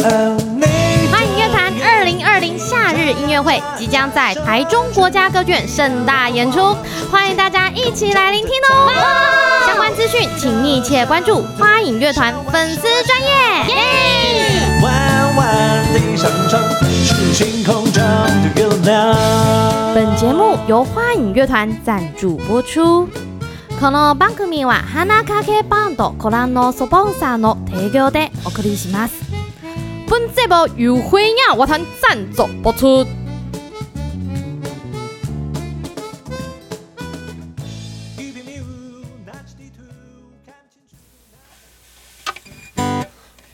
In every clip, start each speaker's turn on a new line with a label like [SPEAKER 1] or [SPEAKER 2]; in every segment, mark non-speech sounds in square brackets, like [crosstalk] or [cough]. [SPEAKER 1] 欢迎乐坛二零二零夏日音乐会即将在台中国家歌剧院盛大演出，欢迎大家一起来聆听哦。相关资讯请密切关注花影乐团粉丝专业。
[SPEAKER 2] 弯弯的山川是星空中的月亮。
[SPEAKER 1] 本节目由花影乐团赞助播出。この番組は花かけバンドコランのスポンサーの提供でお送りします。本节目由花影乐团赞助播出。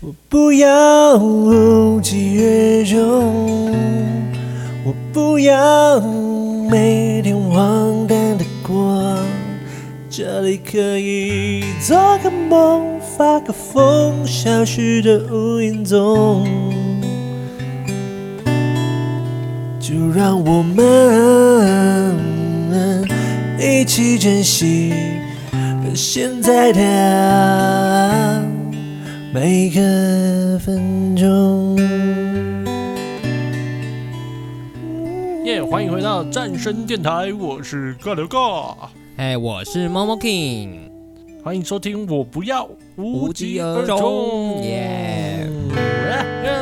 [SPEAKER 2] 我不要无疾而终，我不要每天荒诞的过，这里可以做个梦，发个疯，消失的无影踪。就让我们呃一起珍惜呃现在的每个分钟。
[SPEAKER 3] 耶、欢迎回到战神电台，我是尬聊尬，
[SPEAKER 4] 哎，我是 Momo King，
[SPEAKER 3] 欢迎收听我不要无
[SPEAKER 4] 无
[SPEAKER 3] 疾
[SPEAKER 4] 疾
[SPEAKER 3] 而
[SPEAKER 4] 而
[SPEAKER 3] 终
[SPEAKER 4] 终，耶
[SPEAKER 3] 耶！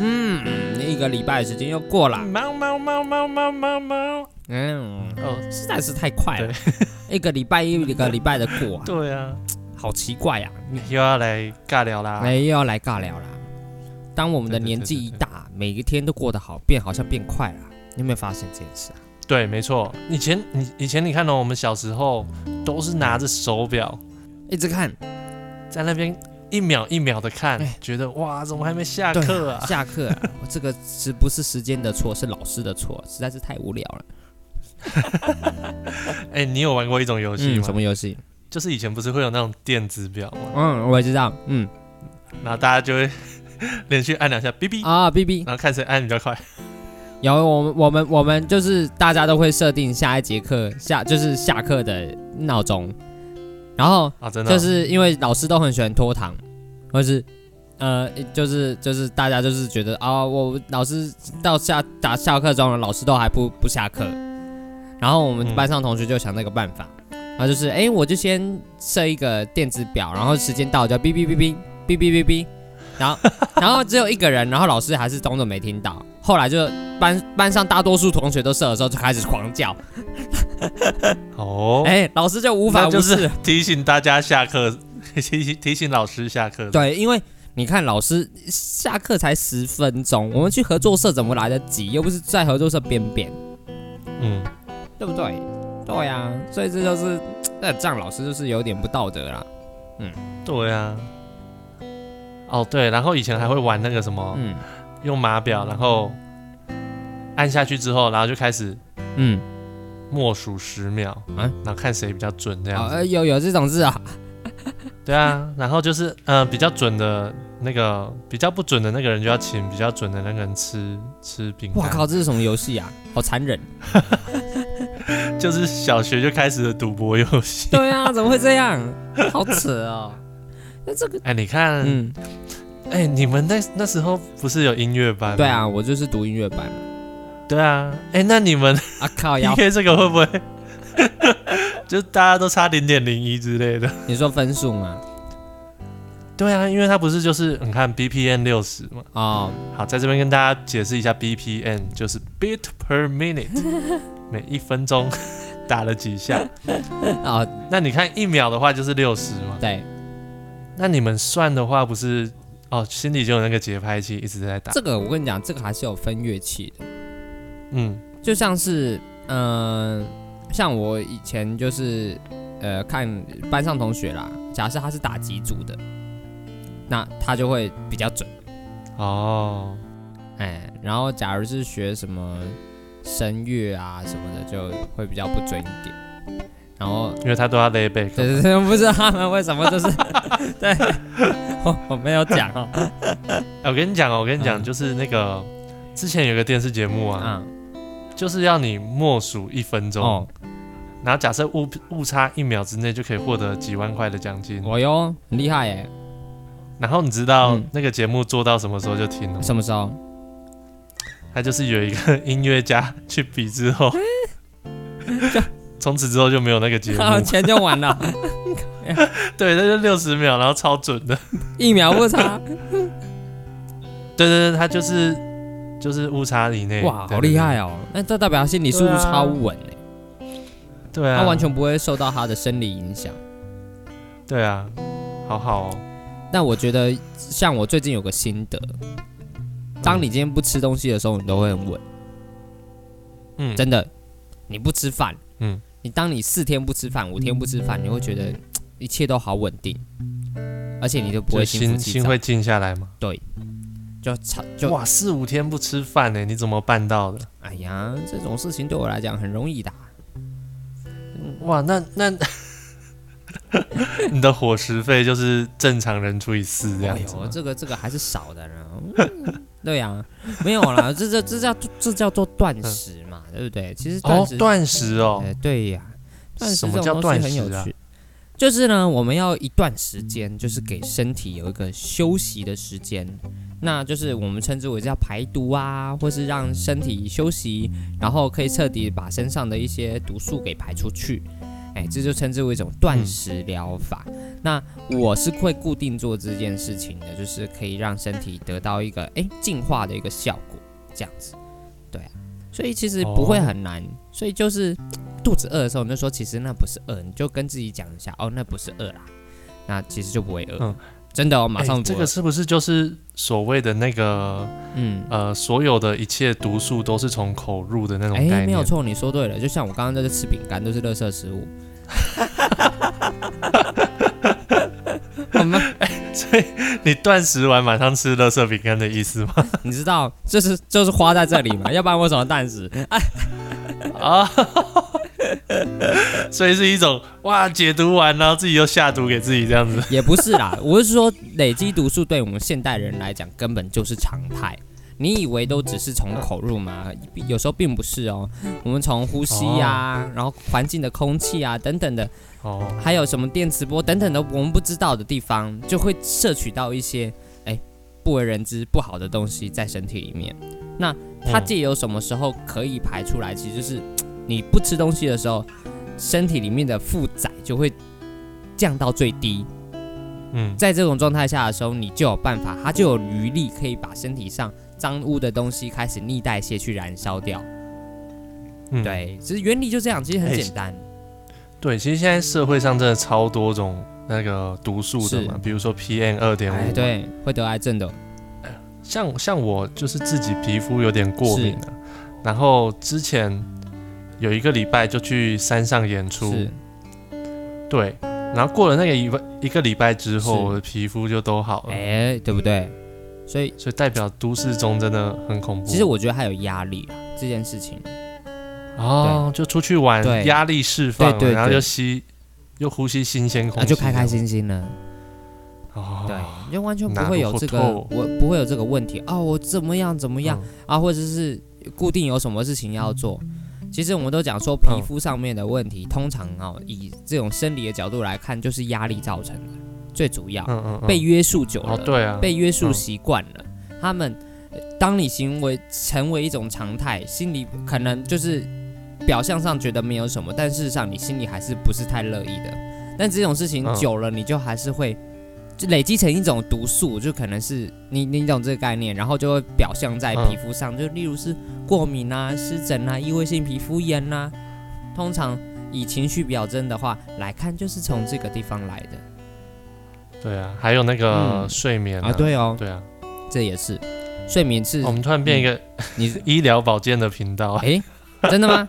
[SPEAKER 4] 嗯，一个礼拜时间又过了，
[SPEAKER 3] 猫猫猫猫猫猫猫，
[SPEAKER 4] 嗯，
[SPEAKER 3] 哦，
[SPEAKER 4] 实在是太快了， [laughs] 一个礼拜又一个礼拜的过、啊，
[SPEAKER 3] [laughs] 对啊，
[SPEAKER 4] 好奇怪呀、
[SPEAKER 3] 又要来尬聊啦
[SPEAKER 4] 啊，，哎，又要来尬聊啦。当我们的
[SPEAKER 3] 对对对
[SPEAKER 4] 年纪
[SPEAKER 3] 对
[SPEAKER 4] 一
[SPEAKER 3] 对
[SPEAKER 4] 大，每一天都过得好，变好像变快了，你有没有发现这件事啊？
[SPEAKER 3] 对，没错，以前你以前你看到、哦我们小时候都是拿着手表
[SPEAKER 4] 一直看，
[SPEAKER 3] 在那边一秒一秒的看
[SPEAKER 4] 哎，
[SPEAKER 3] 觉得哇，怎么还没下
[SPEAKER 4] 对
[SPEAKER 3] 课啊？
[SPEAKER 4] 下课、
[SPEAKER 3] [laughs]
[SPEAKER 4] 啊，这个是不是时间的错，是老师的错，实在是太无聊了。
[SPEAKER 3] 哎、你有玩过一种游戏
[SPEAKER 4] 嗯，
[SPEAKER 3] 吗、
[SPEAKER 4] 什么游戏？
[SPEAKER 3] 就是以前不是会有那种电子表吗？
[SPEAKER 4] 嗯，我也知道，嗯
[SPEAKER 3] 然后大家就会连续按两下，哔哔，
[SPEAKER 4] 啊，B B，
[SPEAKER 3] 然后看谁按比较快。
[SPEAKER 4] 有我们我们我们就是大家都会设定下一节课下就是下课的闹钟，然后
[SPEAKER 3] 啊，真的哦、
[SPEAKER 4] 就是因为老师都很喜欢拖堂，或是呃就是就是大家就是觉得啊、我老师到下打下课钟了，老师都还不不下课，然后我们
[SPEAKER 3] 嗯
[SPEAKER 4] 班上同学就想那个办法，然后就是哎我就先设一个电子表，然后时间到就哔哔哔哔哔哔哔哔，然后 [laughs] 然后只有一个人，然后老师还是装作没听到，后来就班班上大多数同学都设的时候就开始狂叫，
[SPEAKER 3] 哦，
[SPEAKER 4] 哎、老师就无
[SPEAKER 3] 无
[SPEAKER 4] 法无
[SPEAKER 3] 就
[SPEAKER 4] 视
[SPEAKER 3] 是提醒大家下课，提醒提醒老师下课。，
[SPEAKER 4] 对，因为你看老师下课才十分钟，我们去合作社怎么来得及？又不是在合作社边边，
[SPEAKER 3] 嗯，
[SPEAKER 4] 对不对？对呀、所以这就是那这样老师就是有点不道德啦。
[SPEAKER 3] 对啊。哦，对，然后以前还会玩那个什么，
[SPEAKER 4] 嗯
[SPEAKER 3] 用码表，然后按下去之后，然后就开始
[SPEAKER 4] 嗯，
[SPEAKER 3] 默数十秒，
[SPEAKER 4] 啊
[SPEAKER 3] 然后看谁比较准这
[SPEAKER 4] 好、
[SPEAKER 3] 样子。
[SPEAKER 4] 呃有有这种事啊，
[SPEAKER 3] 对啊，然后就是呃比较准的那个，比较不准的那个人就要请比较准的那个人吃吃饼
[SPEAKER 4] 哇
[SPEAKER 3] 干。
[SPEAKER 4] 靠，这是什么游戏啊？好残忍！
[SPEAKER 3] [laughs] 就是小学就开始了赌博游
[SPEAKER 4] [laughs]
[SPEAKER 3] 戏。
[SPEAKER 4] [laughs] 对啊，怎么会这样？ [laughs] 好扯哦。那这个，
[SPEAKER 3] 哎，你看，哎、哎
[SPEAKER 4] 嗯，
[SPEAKER 3] 你们那那时候不是有音乐班吗？
[SPEAKER 4] 对，啊，我就是读音乐班嘛。
[SPEAKER 3] 对啊，哎、那你们
[SPEAKER 4] 啊靠 [laughs] 腰，
[SPEAKER 3] PK 这个会不会 [laughs] 就大家都差零点零一之类的？
[SPEAKER 4] 你说分数吗？
[SPEAKER 3] 对啊，因为它不是就是你看 BPM 六十嘛。
[SPEAKER 4] 哦，
[SPEAKER 3] 好，在这边跟大家解释一下 BPM，就是 beat per minute，每
[SPEAKER 4] [laughs]
[SPEAKER 3] 一分钟打了几下。
[SPEAKER 4] 哦，
[SPEAKER 3] 那你看一秒的话就是六十嘛，
[SPEAKER 4] 对，
[SPEAKER 3] 那你们算的话不是哦，心里就有那个节拍器一直在打。
[SPEAKER 4] 这个我跟你讲，这个还是有分乐器的。
[SPEAKER 3] 嗯
[SPEAKER 4] 就像是，嗯、像我以前就是，呃，看班上同学啦，假设他是打击组的，那他就会比较准，
[SPEAKER 3] 哦，
[SPEAKER 4] 哎，然后假如是学什么声乐啊什么的，就会比较不准一点。然后， [laughs]
[SPEAKER 3] 因为他都要 lay back。
[SPEAKER 4] 对对对，不知道他们为什么 [laughs] 就是，对，我我没有讲哦，
[SPEAKER 3] 哎我跟你讲哦，我跟你讲，
[SPEAKER 4] 嗯
[SPEAKER 3] 就是那个之前有个电视节目啊，
[SPEAKER 4] 啊、
[SPEAKER 3] 就是要你默数一分钟，
[SPEAKER 4] 哦，
[SPEAKER 3] 然后假设误误差一秒之内就可以获得几万块的奖金。
[SPEAKER 4] 我哟，很厉害耶，
[SPEAKER 3] 然后你知道
[SPEAKER 4] 哦嗯
[SPEAKER 3] 那个节目做到什么时候就停了吗？
[SPEAKER 4] 什么时候？
[SPEAKER 3] 他就是有一个音乐家去比之
[SPEAKER 4] [laughs]
[SPEAKER 3] 后，从此之后就没有那个节
[SPEAKER 4] [laughs]
[SPEAKER 3] 目。
[SPEAKER 4] 啊钱就完了，
[SPEAKER 3] [laughs] 对，那就六十秒，然后超准的。
[SPEAKER 4] 一秒不差。
[SPEAKER 3] 对对对，他就是就是误差以内。
[SPEAKER 4] 哇，
[SPEAKER 3] 对
[SPEAKER 4] 好厉！害哦！那这代表他心理素质超稳哎，
[SPEAKER 3] 对对对啊，
[SPEAKER 4] 他完全不会受到他的生理影响。
[SPEAKER 3] 对啊，好好哦。
[SPEAKER 4] 但我觉得，像我最近有个心得，当你今天不吃东西的时候，你都会很稳，
[SPEAKER 3] 嗯，
[SPEAKER 4] 真的。你不吃饭，嗯
[SPEAKER 3] 嗯，
[SPEAKER 4] 你当你四天不吃饭、五天不吃饭，你会觉得嘖一切都好稳定，而且你就不
[SPEAKER 3] 就
[SPEAKER 4] 会心浮
[SPEAKER 3] 心
[SPEAKER 4] 气
[SPEAKER 3] 心
[SPEAKER 4] 躁，
[SPEAKER 3] 会静下来吗？
[SPEAKER 4] 就吵就
[SPEAKER 3] 哇，四五天不吃饭欸呢，你怎么办到的？
[SPEAKER 4] 哎呀，这种事情对我来讲很容易的啊。嗯
[SPEAKER 3] 哇，那那 [laughs] 你的伙食费就是正常人除以四这样
[SPEAKER 4] 哎
[SPEAKER 3] 子
[SPEAKER 4] 呦，
[SPEAKER 3] 吗。
[SPEAKER 4] 这个这个还是少的呢。嗯对呀、没有啦，这这这叫这叫做断食嘛，对不对？其实断
[SPEAKER 3] 哦
[SPEAKER 4] 食，，
[SPEAKER 3] 断食哦，
[SPEAKER 4] 呃对呀、断食
[SPEAKER 3] 什
[SPEAKER 4] 这
[SPEAKER 3] 么
[SPEAKER 4] 种
[SPEAKER 3] 叫
[SPEAKER 4] 东西
[SPEAKER 3] 断
[SPEAKER 4] 很有
[SPEAKER 3] 食啊
[SPEAKER 4] 趣。就是呢，我们要一段时间，就是给身体有一个休息的时间，那就是我们称之为叫排毒啊，或是让身体休息，然后可以彻底把身上的一些毒素给排出去。哎，这就称之为一种
[SPEAKER 3] 嗯
[SPEAKER 4] 断食疗法。那我是会固定做这件事情的，就是可以让身体得到一个哎净化的一个效果，这样子。对啊，所以其实不会很难，所以就是肚子饿的时候，你就说其实那不是饿，你就跟自己讲一下哦，那不是饿啦，那其实就不会饿。
[SPEAKER 3] 嗯
[SPEAKER 4] 真的哦，马
[SPEAKER 3] 哎
[SPEAKER 4] 上不
[SPEAKER 3] 这
[SPEAKER 4] 饿
[SPEAKER 3] 个是不是就是所谓的那个
[SPEAKER 4] 嗯，
[SPEAKER 3] 呃，所有的一切毒素都是从口入的那种概
[SPEAKER 4] 哎，
[SPEAKER 3] 念？
[SPEAKER 4] 没有错，你说对了。就像我刚刚在这吃饼干，都是垃圾食物。我们，
[SPEAKER 3] 所以你断食完马上吃垃圾饼干的意思吗？ [laughs]
[SPEAKER 4] 你知道，就是就是花在这里嘛， [laughs] 要不然为什么蛋食？
[SPEAKER 3] 啊，所以是一种哇，解毒完然后自己又下毒给自己这样子。
[SPEAKER 4] [laughs] 也不是啦，我是说累积毒素对我们现代人来讲根本就是常态。你以为都只是从口入吗？有时候并不是哦。我们从呼吸呀、然后环境的空气啊等等的，
[SPEAKER 3] 哦，
[SPEAKER 4] 还有什么电磁波等等的我们不知道的地方，就会摄取到一些哎不为人知不好的东西在身体里面。那它
[SPEAKER 3] 嗯
[SPEAKER 4] 借由什么时候可以排出来？其实就是嘖你不吃东西的时候，身体里面的负载就会降到最低。
[SPEAKER 3] 嗯，
[SPEAKER 4] 在这种状态下的时候，你就有办法，它就有余力可以把身体上脏污的东西开始逆代谢去燃烧掉。
[SPEAKER 3] 嗯，
[SPEAKER 4] 对，其实原理就这样，其实很简单。
[SPEAKER 3] 对，其实现在社会上真的超多种那个毒素的
[SPEAKER 4] 是
[SPEAKER 3] 嘛，比如说 PM 二点
[SPEAKER 4] 哎，
[SPEAKER 3] 五，，
[SPEAKER 4] 对，会得癌症的。
[SPEAKER 3] 像像我就是自己皮肤有点过敏啊，然后之前有一个礼拜就去山上演出，
[SPEAKER 4] 是，
[SPEAKER 3] 对，然后过了那个一一个礼拜之后，
[SPEAKER 4] 是
[SPEAKER 3] 我的皮肤就都好了，
[SPEAKER 4] 哎，对不对？所以
[SPEAKER 3] 所以代表都市中真的很恐怖。
[SPEAKER 4] 其实我觉得还有压力啊，这件事情。
[SPEAKER 3] 哦，就出去玩
[SPEAKER 4] 对，
[SPEAKER 3] 压力释放
[SPEAKER 4] 对对
[SPEAKER 3] 了，然后
[SPEAKER 4] 对
[SPEAKER 3] 又吸又呼吸新鲜空
[SPEAKER 4] 啊，
[SPEAKER 3] 气，
[SPEAKER 4] 就开开。心心了，
[SPEAKER 3] 哦，
[SPEAKER 4] 对，你就完全不
[SPEAKER 3] 哪
[SPEAKER 4] 会
[SPEAKER 3] 路
[SPEAKER 4] 有
[SPEAKER 3] 后
[SPEAKER 4] 这个，
[SPEAKER 3] 透
[SPEAKER 4] 我不会有这个问题啊、我怎么样怎么样、啊，或者是固定有什么事情要做。其实我们都讲
[SPEAKER 3] 嗯
[SPEAKER 4] 说，皮肤上面的问题，通常哦，以这种生理的角度来看，就是压力造成的，最主要、
[SPEAKER 3] 嗯嗯嗯，
[SPEAKER 4] 啊被约束久了，
[SPEAKER 3] 哦对啊，
[SPEAKER 4] 被约束
[SPEAKER 3] 嗯
[SPEAKER 4] 习惯了，他们呃当你行为成为一种常态，心里可能就是表象上觉得没有什么，但事实上你心里还是不是太乐意的。但这种事情
[SPEAKER 3] 嗯
[SPEAKER 4] 久了，你就还是会就累积成一种毒素，就可能是你你懂这个概念，然后就会表象在
[SPEAKER 3] 嗯
[SPEAKER 4] 皮肤上，就例如是过敏啊、湿疹啊、异位性皮肤炎啊。通常以情绪表征的话来看，就是从这个地方来的
[SPEAKER 3] 对啊，还有那个
[SPEAKER 4] 嗯
[SPEAKER 3] 睡眠
[SPEAKER 4] 啊。对哦，
[SPEAKER 3] 对啊，
[SPEAKER 4] 这也是睡眠是
[SPEAKER 3] 哦我们突然变一个
[SPEAKER 4] 你
[SPEAKER 3] 医疗保健的频道，
[SPEAKER 4] 哎、真的吗？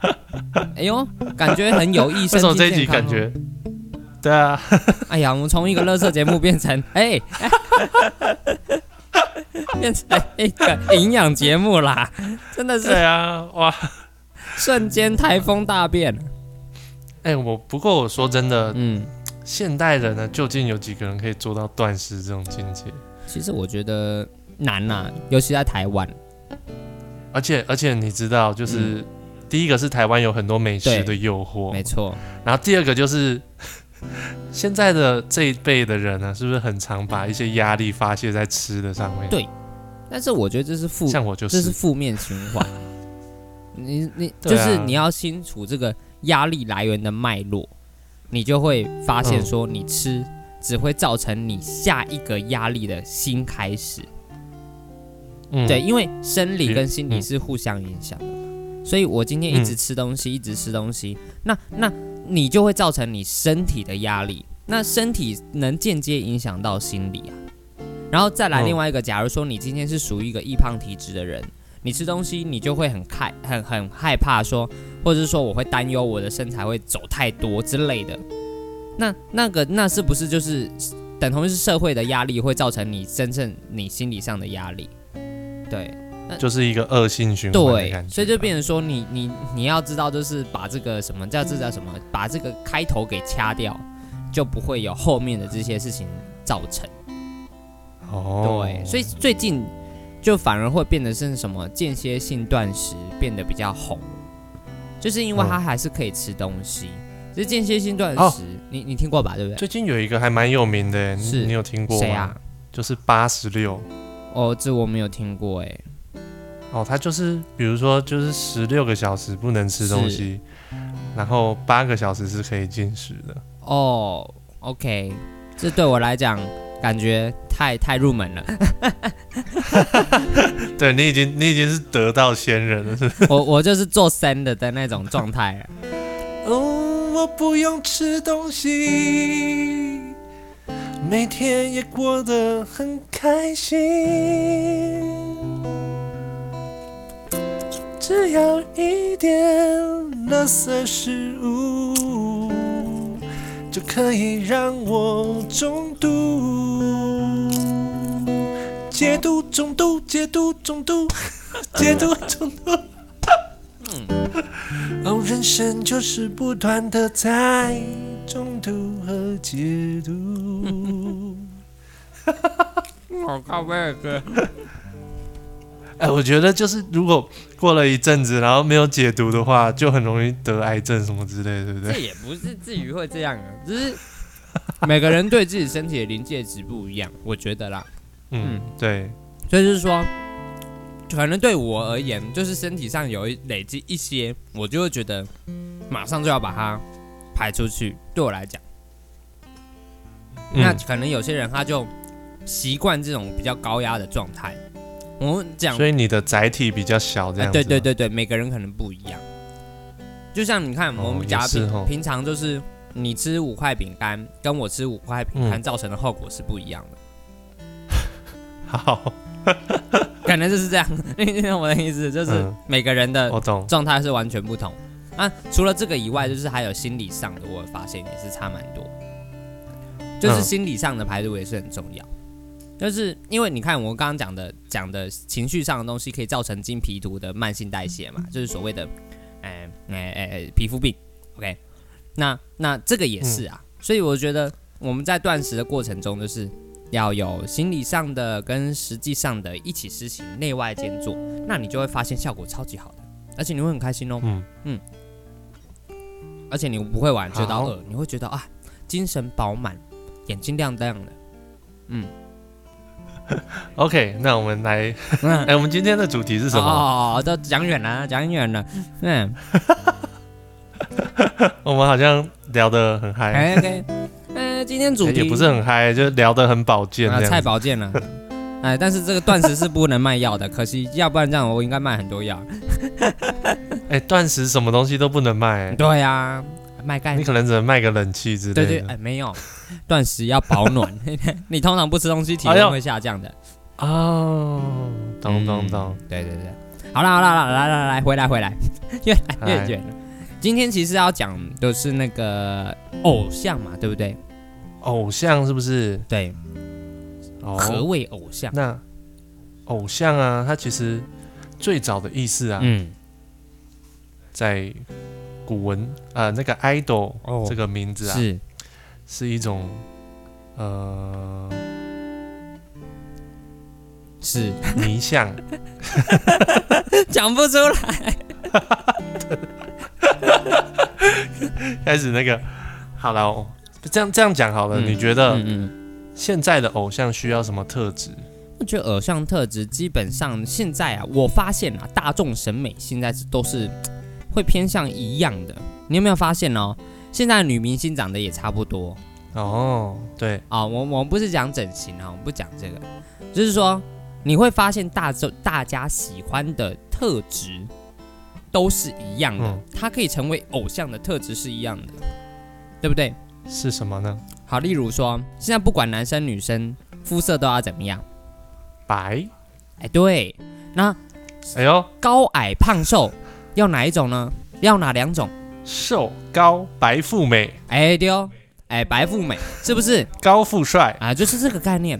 [SPEAKER 4] 哎呦，感觉很有益
[SPEAKER 3] [laughs] 为
[SPEAKER 4] 身
[SPEAKER 3] 什么
[SPEAKER 4] 体
[SPEAKER 3] 这一集
[SPEAKER 4] 健康哦
[SPEAKER 3] 感觉？对啊， [laughs]
[SPEAKER 4] 哎呀，我们从一个乐色节目变成哎， [laughs] 变成哎一个营养节目啦，真的是
[SPEAKER 3] 对啊，哇，
[SPEAKER 4] 瞬间台风大变。
[SPEAKER 3] 哎，我不过我说真的，
[SPEAKER 4] 嗯，
[SPEAKER 3] 现代人呢，究竟有几个人可以做到断食这种境界？
[SPEAKER 4] 其实我觉得难呐、尤其在台湾。
[SPEAKER 3] 而且而且你知道，就是第一个是台湾有很多美食
[SPEAKER 4] 嗯对
[SPEAKER 3] 的诱惑，
[SPEAKER 4] 没错，
[SPEAKER 3] 然后第二个就是 [laughs] 现在的这一辈的人啊呢、是不是很常把一些压力发泄在吃的上面？
[SPEAKER 4] 对但是我觉得这是负，
[SPEAKER 3] 像我就
[SPEAKER 4] 这
[SPEAKER 3] 是，
[SPEAKER 4] 是负面循
[SPEAKER 3] [laughs]
[SPEAKER 4] 环。你你就
[SPEAKER 3] 对啊
[SPEAKER 4] 是你要清楚这个压力来源的脉络，你就会发
[SPEAKER 3] 嗯
[SPEAKER 4] 现说你吃只会造成你下一个压力的新开始。
[SPEAKER 3] 嗯
[SPEAKER 4] 对，，因为生理
[SPEAKER 3] 也
[SPEAKER 4] 跟心理
[SPEAKER 3] 嗯
[SPEAKER 4] 是互相影响的嘛，所以我今天一直吃东西，一直吃东西，那那你就会造成你身体的压力，那身体能间接影响到心理啊。然后再来
[SPEAKER 3] 嗯
[SPEAKER 4] 另外一个，假如说你今天是属于一个易胖体质的人，你吃东西你就会很害很很害怕说，或者是说我会担忧我的身材会走太多之类的。那那个那是不是就是等同于是社会的压力会造成你真正你心理上的压力？对，
[SPEAKER 3] 就是一个恶性循环的
[SPEAKER 4] 对
[SPEAKER 3] 感，觉，嗯
[SPEAKER 4] 所以就变成说你你你要知道，就是把这个什么叫这叫什么，把这个开头给掐掉，就不会有后面的这些事情造成。
[SPEAKER 3] 哦，
[SPEAKER 4] 对，所以最近就反而会变得是什么间歇性断食变得比较红，就是因为它还是可以吃东西。只是间歇性断食，
[SPEAKER 3] 哦
[SPEAKER 4] 你你听过吧？对不对？
[SPEAKER 3] 最近有一个还蛮有名的，你
[SPEAKER 4] 是
[SPEAKER 3] 你有听过吗？
[SPEAKER 4] 谁啊？？
[SPEAKER 3] 就是八十六
[SPEAKER 4] 哦，这我没有听过哎。
[SPEAKER 3] 哦，他就是比如说就是十六个小时不能吃东西，然后八个小时是可以进食的。
[SPEAKER 4] 哦，OK，这对我来讲感觉太太入门了。
[SPEAKER 3] 对你已经你已经是得道仙人了，是不是？ [laughs]
[SPEAKER 4] 我我就是做生的的那种状态了。
[SPEAKER 2] 哦，我不用吃东西，每天也过得很开心。只要一点垃圾食物，就可以让我中毒。解毒中毒，解毒中毒，解毒中毒。哦，人生就是不断的在中途和解读。
[SPEAKER 4] 我 [laughs] 靠，威尔哥，
[SPEAKER 3] 哎，我觉得就是如果过了一阵子，然后没有解毒的话，就很容易得癌症什么之类的，对不
[SPEAKER 4] 这
[SPEAKER 3] 对？
[SPEAKER 4] 也不是至于会这样啊，只是每个人对自己身体的临界值不一样，我觉得啦。
[SPEAKER 3] 嗯，对，
[SPEAKER 4] 所以就是说，可能对我而言，就是身体上有一累积一些，我就会觉得马上就要把它排出去。对我来讲，那
[SPEAKER 3] 嗯
[SPEAKER 4] 可能有些人他就习惯这种比较高压的状态。我们讲
[SPEAKER 3] 所以你的载体比较小，这
[SPEAKER 4] 哎，
[SPEAKER 3] 样子、
[SPEAKER 4] 对对，对对，每个人可能不一样。就像你看，我
[SPEAKER 3] 哦
[SPEAKER 4] 们
[SPEAKER 3] 也
[SPEAKER 4] 假
[SPEAKER 3] 是
[SPEAKER 4] 饼、
[SPEAKER 3] 哦
[SPEAKER 4] 平常就是你吃五块饼干，跟我吃五块饼
[SPEAKER 3] 嗯
[SPEAKER 4] 干造成的后果是不一样的，
[SPEAKER 3] 好，
[SPEAKER 4] 可能就是这样。 [laughs] 你懂我的意思？就是
[SPEAKER 3] 嗯
[SPEAKER 4] 每个人的
[SPEAKER 3] 我懂。
[SPEAKER 4] 状态是完全不同。啊，除了这个以外，就是还有心理上的，我有发现也是差蛮多。就是
[SPEAKER 3] 嗯
[SPEAKER 4] 心理上的排毒也是很重要，就是因为你看我刚刚讲的讲的情绪上的东西，可以造成经皮毒的慢性代谢嘛，就是所谓的，哎哎哎哎皮肤病。OK，那那这个
[SPEAKER 3] 嗯
[SPEAKER 4] 也是啊，所以我觉得我们在断食的过程中，就是要有心理上的跟实际上的一起施行，内外兼做，那你就会发现效果超级好的，而且你会很开心哦。
[SPEAKER 3] 嗯
[SPEAKER 4] 而且你不会晚觉到
[SPEAKER 3] 好
[SPEAKER 4] 饿，你会觉得啊，精神饱满，眼睛亮亮
[SPEAKER 3] [laughs]
[SPEAKER 4] 的。
[SPEAKER 3] ，OK，那我们来，
[SPEAKER 4] 嗯
[SPEAKER 3] 哎、我们今天的主题是什么？
[SPEAKER 4] 哦，哦都讲远了，讲远了。嗯，
[SPEAKER 3] 我们好像聊得很嗨、
[SPEAKER 4] 哎，OK，呃，今天主题
[SPEAKER 3] 哎也不是很嗨，就聊得很保健
[SPEAKER 4] 啊
[SPEAKER 3] 这样子。
[SPEAKER 4] 菜保健
[SPEAKER 3] [laughs]
[SPEAKER 4] 了。哎，但是这个断食是不能卖药的，可惜，要不然这样我应该卖很多药。
[SPEAKER 3] 哎、断食什么东西都不能卖、
[SPEAKER 4] 对呀，卖钙
[SPEAKER 3] 你。可能只能卖个冷气之类
[SPEAKER 4] 对
[SPEAKER 3] 的。
[SPEAKER 4] 对，哎，没有，断食要保
[SPEAKER 3] [laughs]
[SPEAKER 4] 暖。你通常不吃东西，体
[SPEAKER 3] 哎
[SPEAKER 4] 温
[SPEAKER 3] 呦
[SPEAKER 4] 会下降的。
[SPEAKER 3] 哦，懂懂
[SPEAKER 4] 嗯
[SPEAKER 3] 懂。
[SPEAKER 4] 对对对，好啦好啦好啦，来来来，回来回来，越来越
[SPEAKER 3] 哎
[SPEAKER 4] 远了。今天其实要讲的是那个偶像嘛，对不对？
[SPEAKER 3] 偶像是不是？
[SPEAKER 4] 对，何
[SPEAKER 3] 哦，
[SPEAKER 4] 谓偶像？
[SPEAKER 3] 那偶像啊，它其实最早的意思啊，
[SPEAKER 4] 嗯，
[SPEAKER 3] 在古文啊、呃那个 idol
[SPEAKER 4] 哦
[SPEAKER 3] 这个名字啊，
[SPEAKER 4] 是
[SPEAKER 3] 是一种呃
[SPEAKER 4] 是， [laughs]
[SPEAKER 3] 泥像。
[SPEAKER 4] 讲不出来。
[SPEAKER 3] 开始那个，好了，我哦这样这样讲好了，
[SPEAKER 4] 嗯
[SPEAKER 3] 你觉得
[SPEAKER 4] 嗯嗯，
[SPEAKER 3] 现在的偶像需要什么特质？
[SPEAKER 4] 我觉得偶像特质基本上现在啊，我发现啊，大众审美现在是都是会偏向一样的。你有没有发现哦？现在的女明星长得也差不多
[SPEAKER 3] 哦，对，
[SPEAKER 4] 啊、我我们不是讲整形啊，我们不讲这个，就是说你会发现大众大家喜欢的特质都是一样的，
[SPEAKER 3] 嗯
[SPEAKER 4] 它可以成为偶像的特质是一样的，对不对？
[SPEAKER 3] 是什么呢？
[SPEAKER 4] 好，例如说，现在不管男生女生，肤色都要怎么样？
[SPEAKER 3] 白。
[SPEAKER 4] 哎，对，那
[SPEAKER 3] 哎呦，
[SPEAKER 4] 高矮胖瘦要哪一种呢？要哪两种？
[SPEAKER 3] 瘦高白富美，
[SPEAKER 4] 哎，对哦，哎，白富美是不是
[SPEAKER 3] 高富帅，
[SPEAKER 4] 啊？就是这个概念。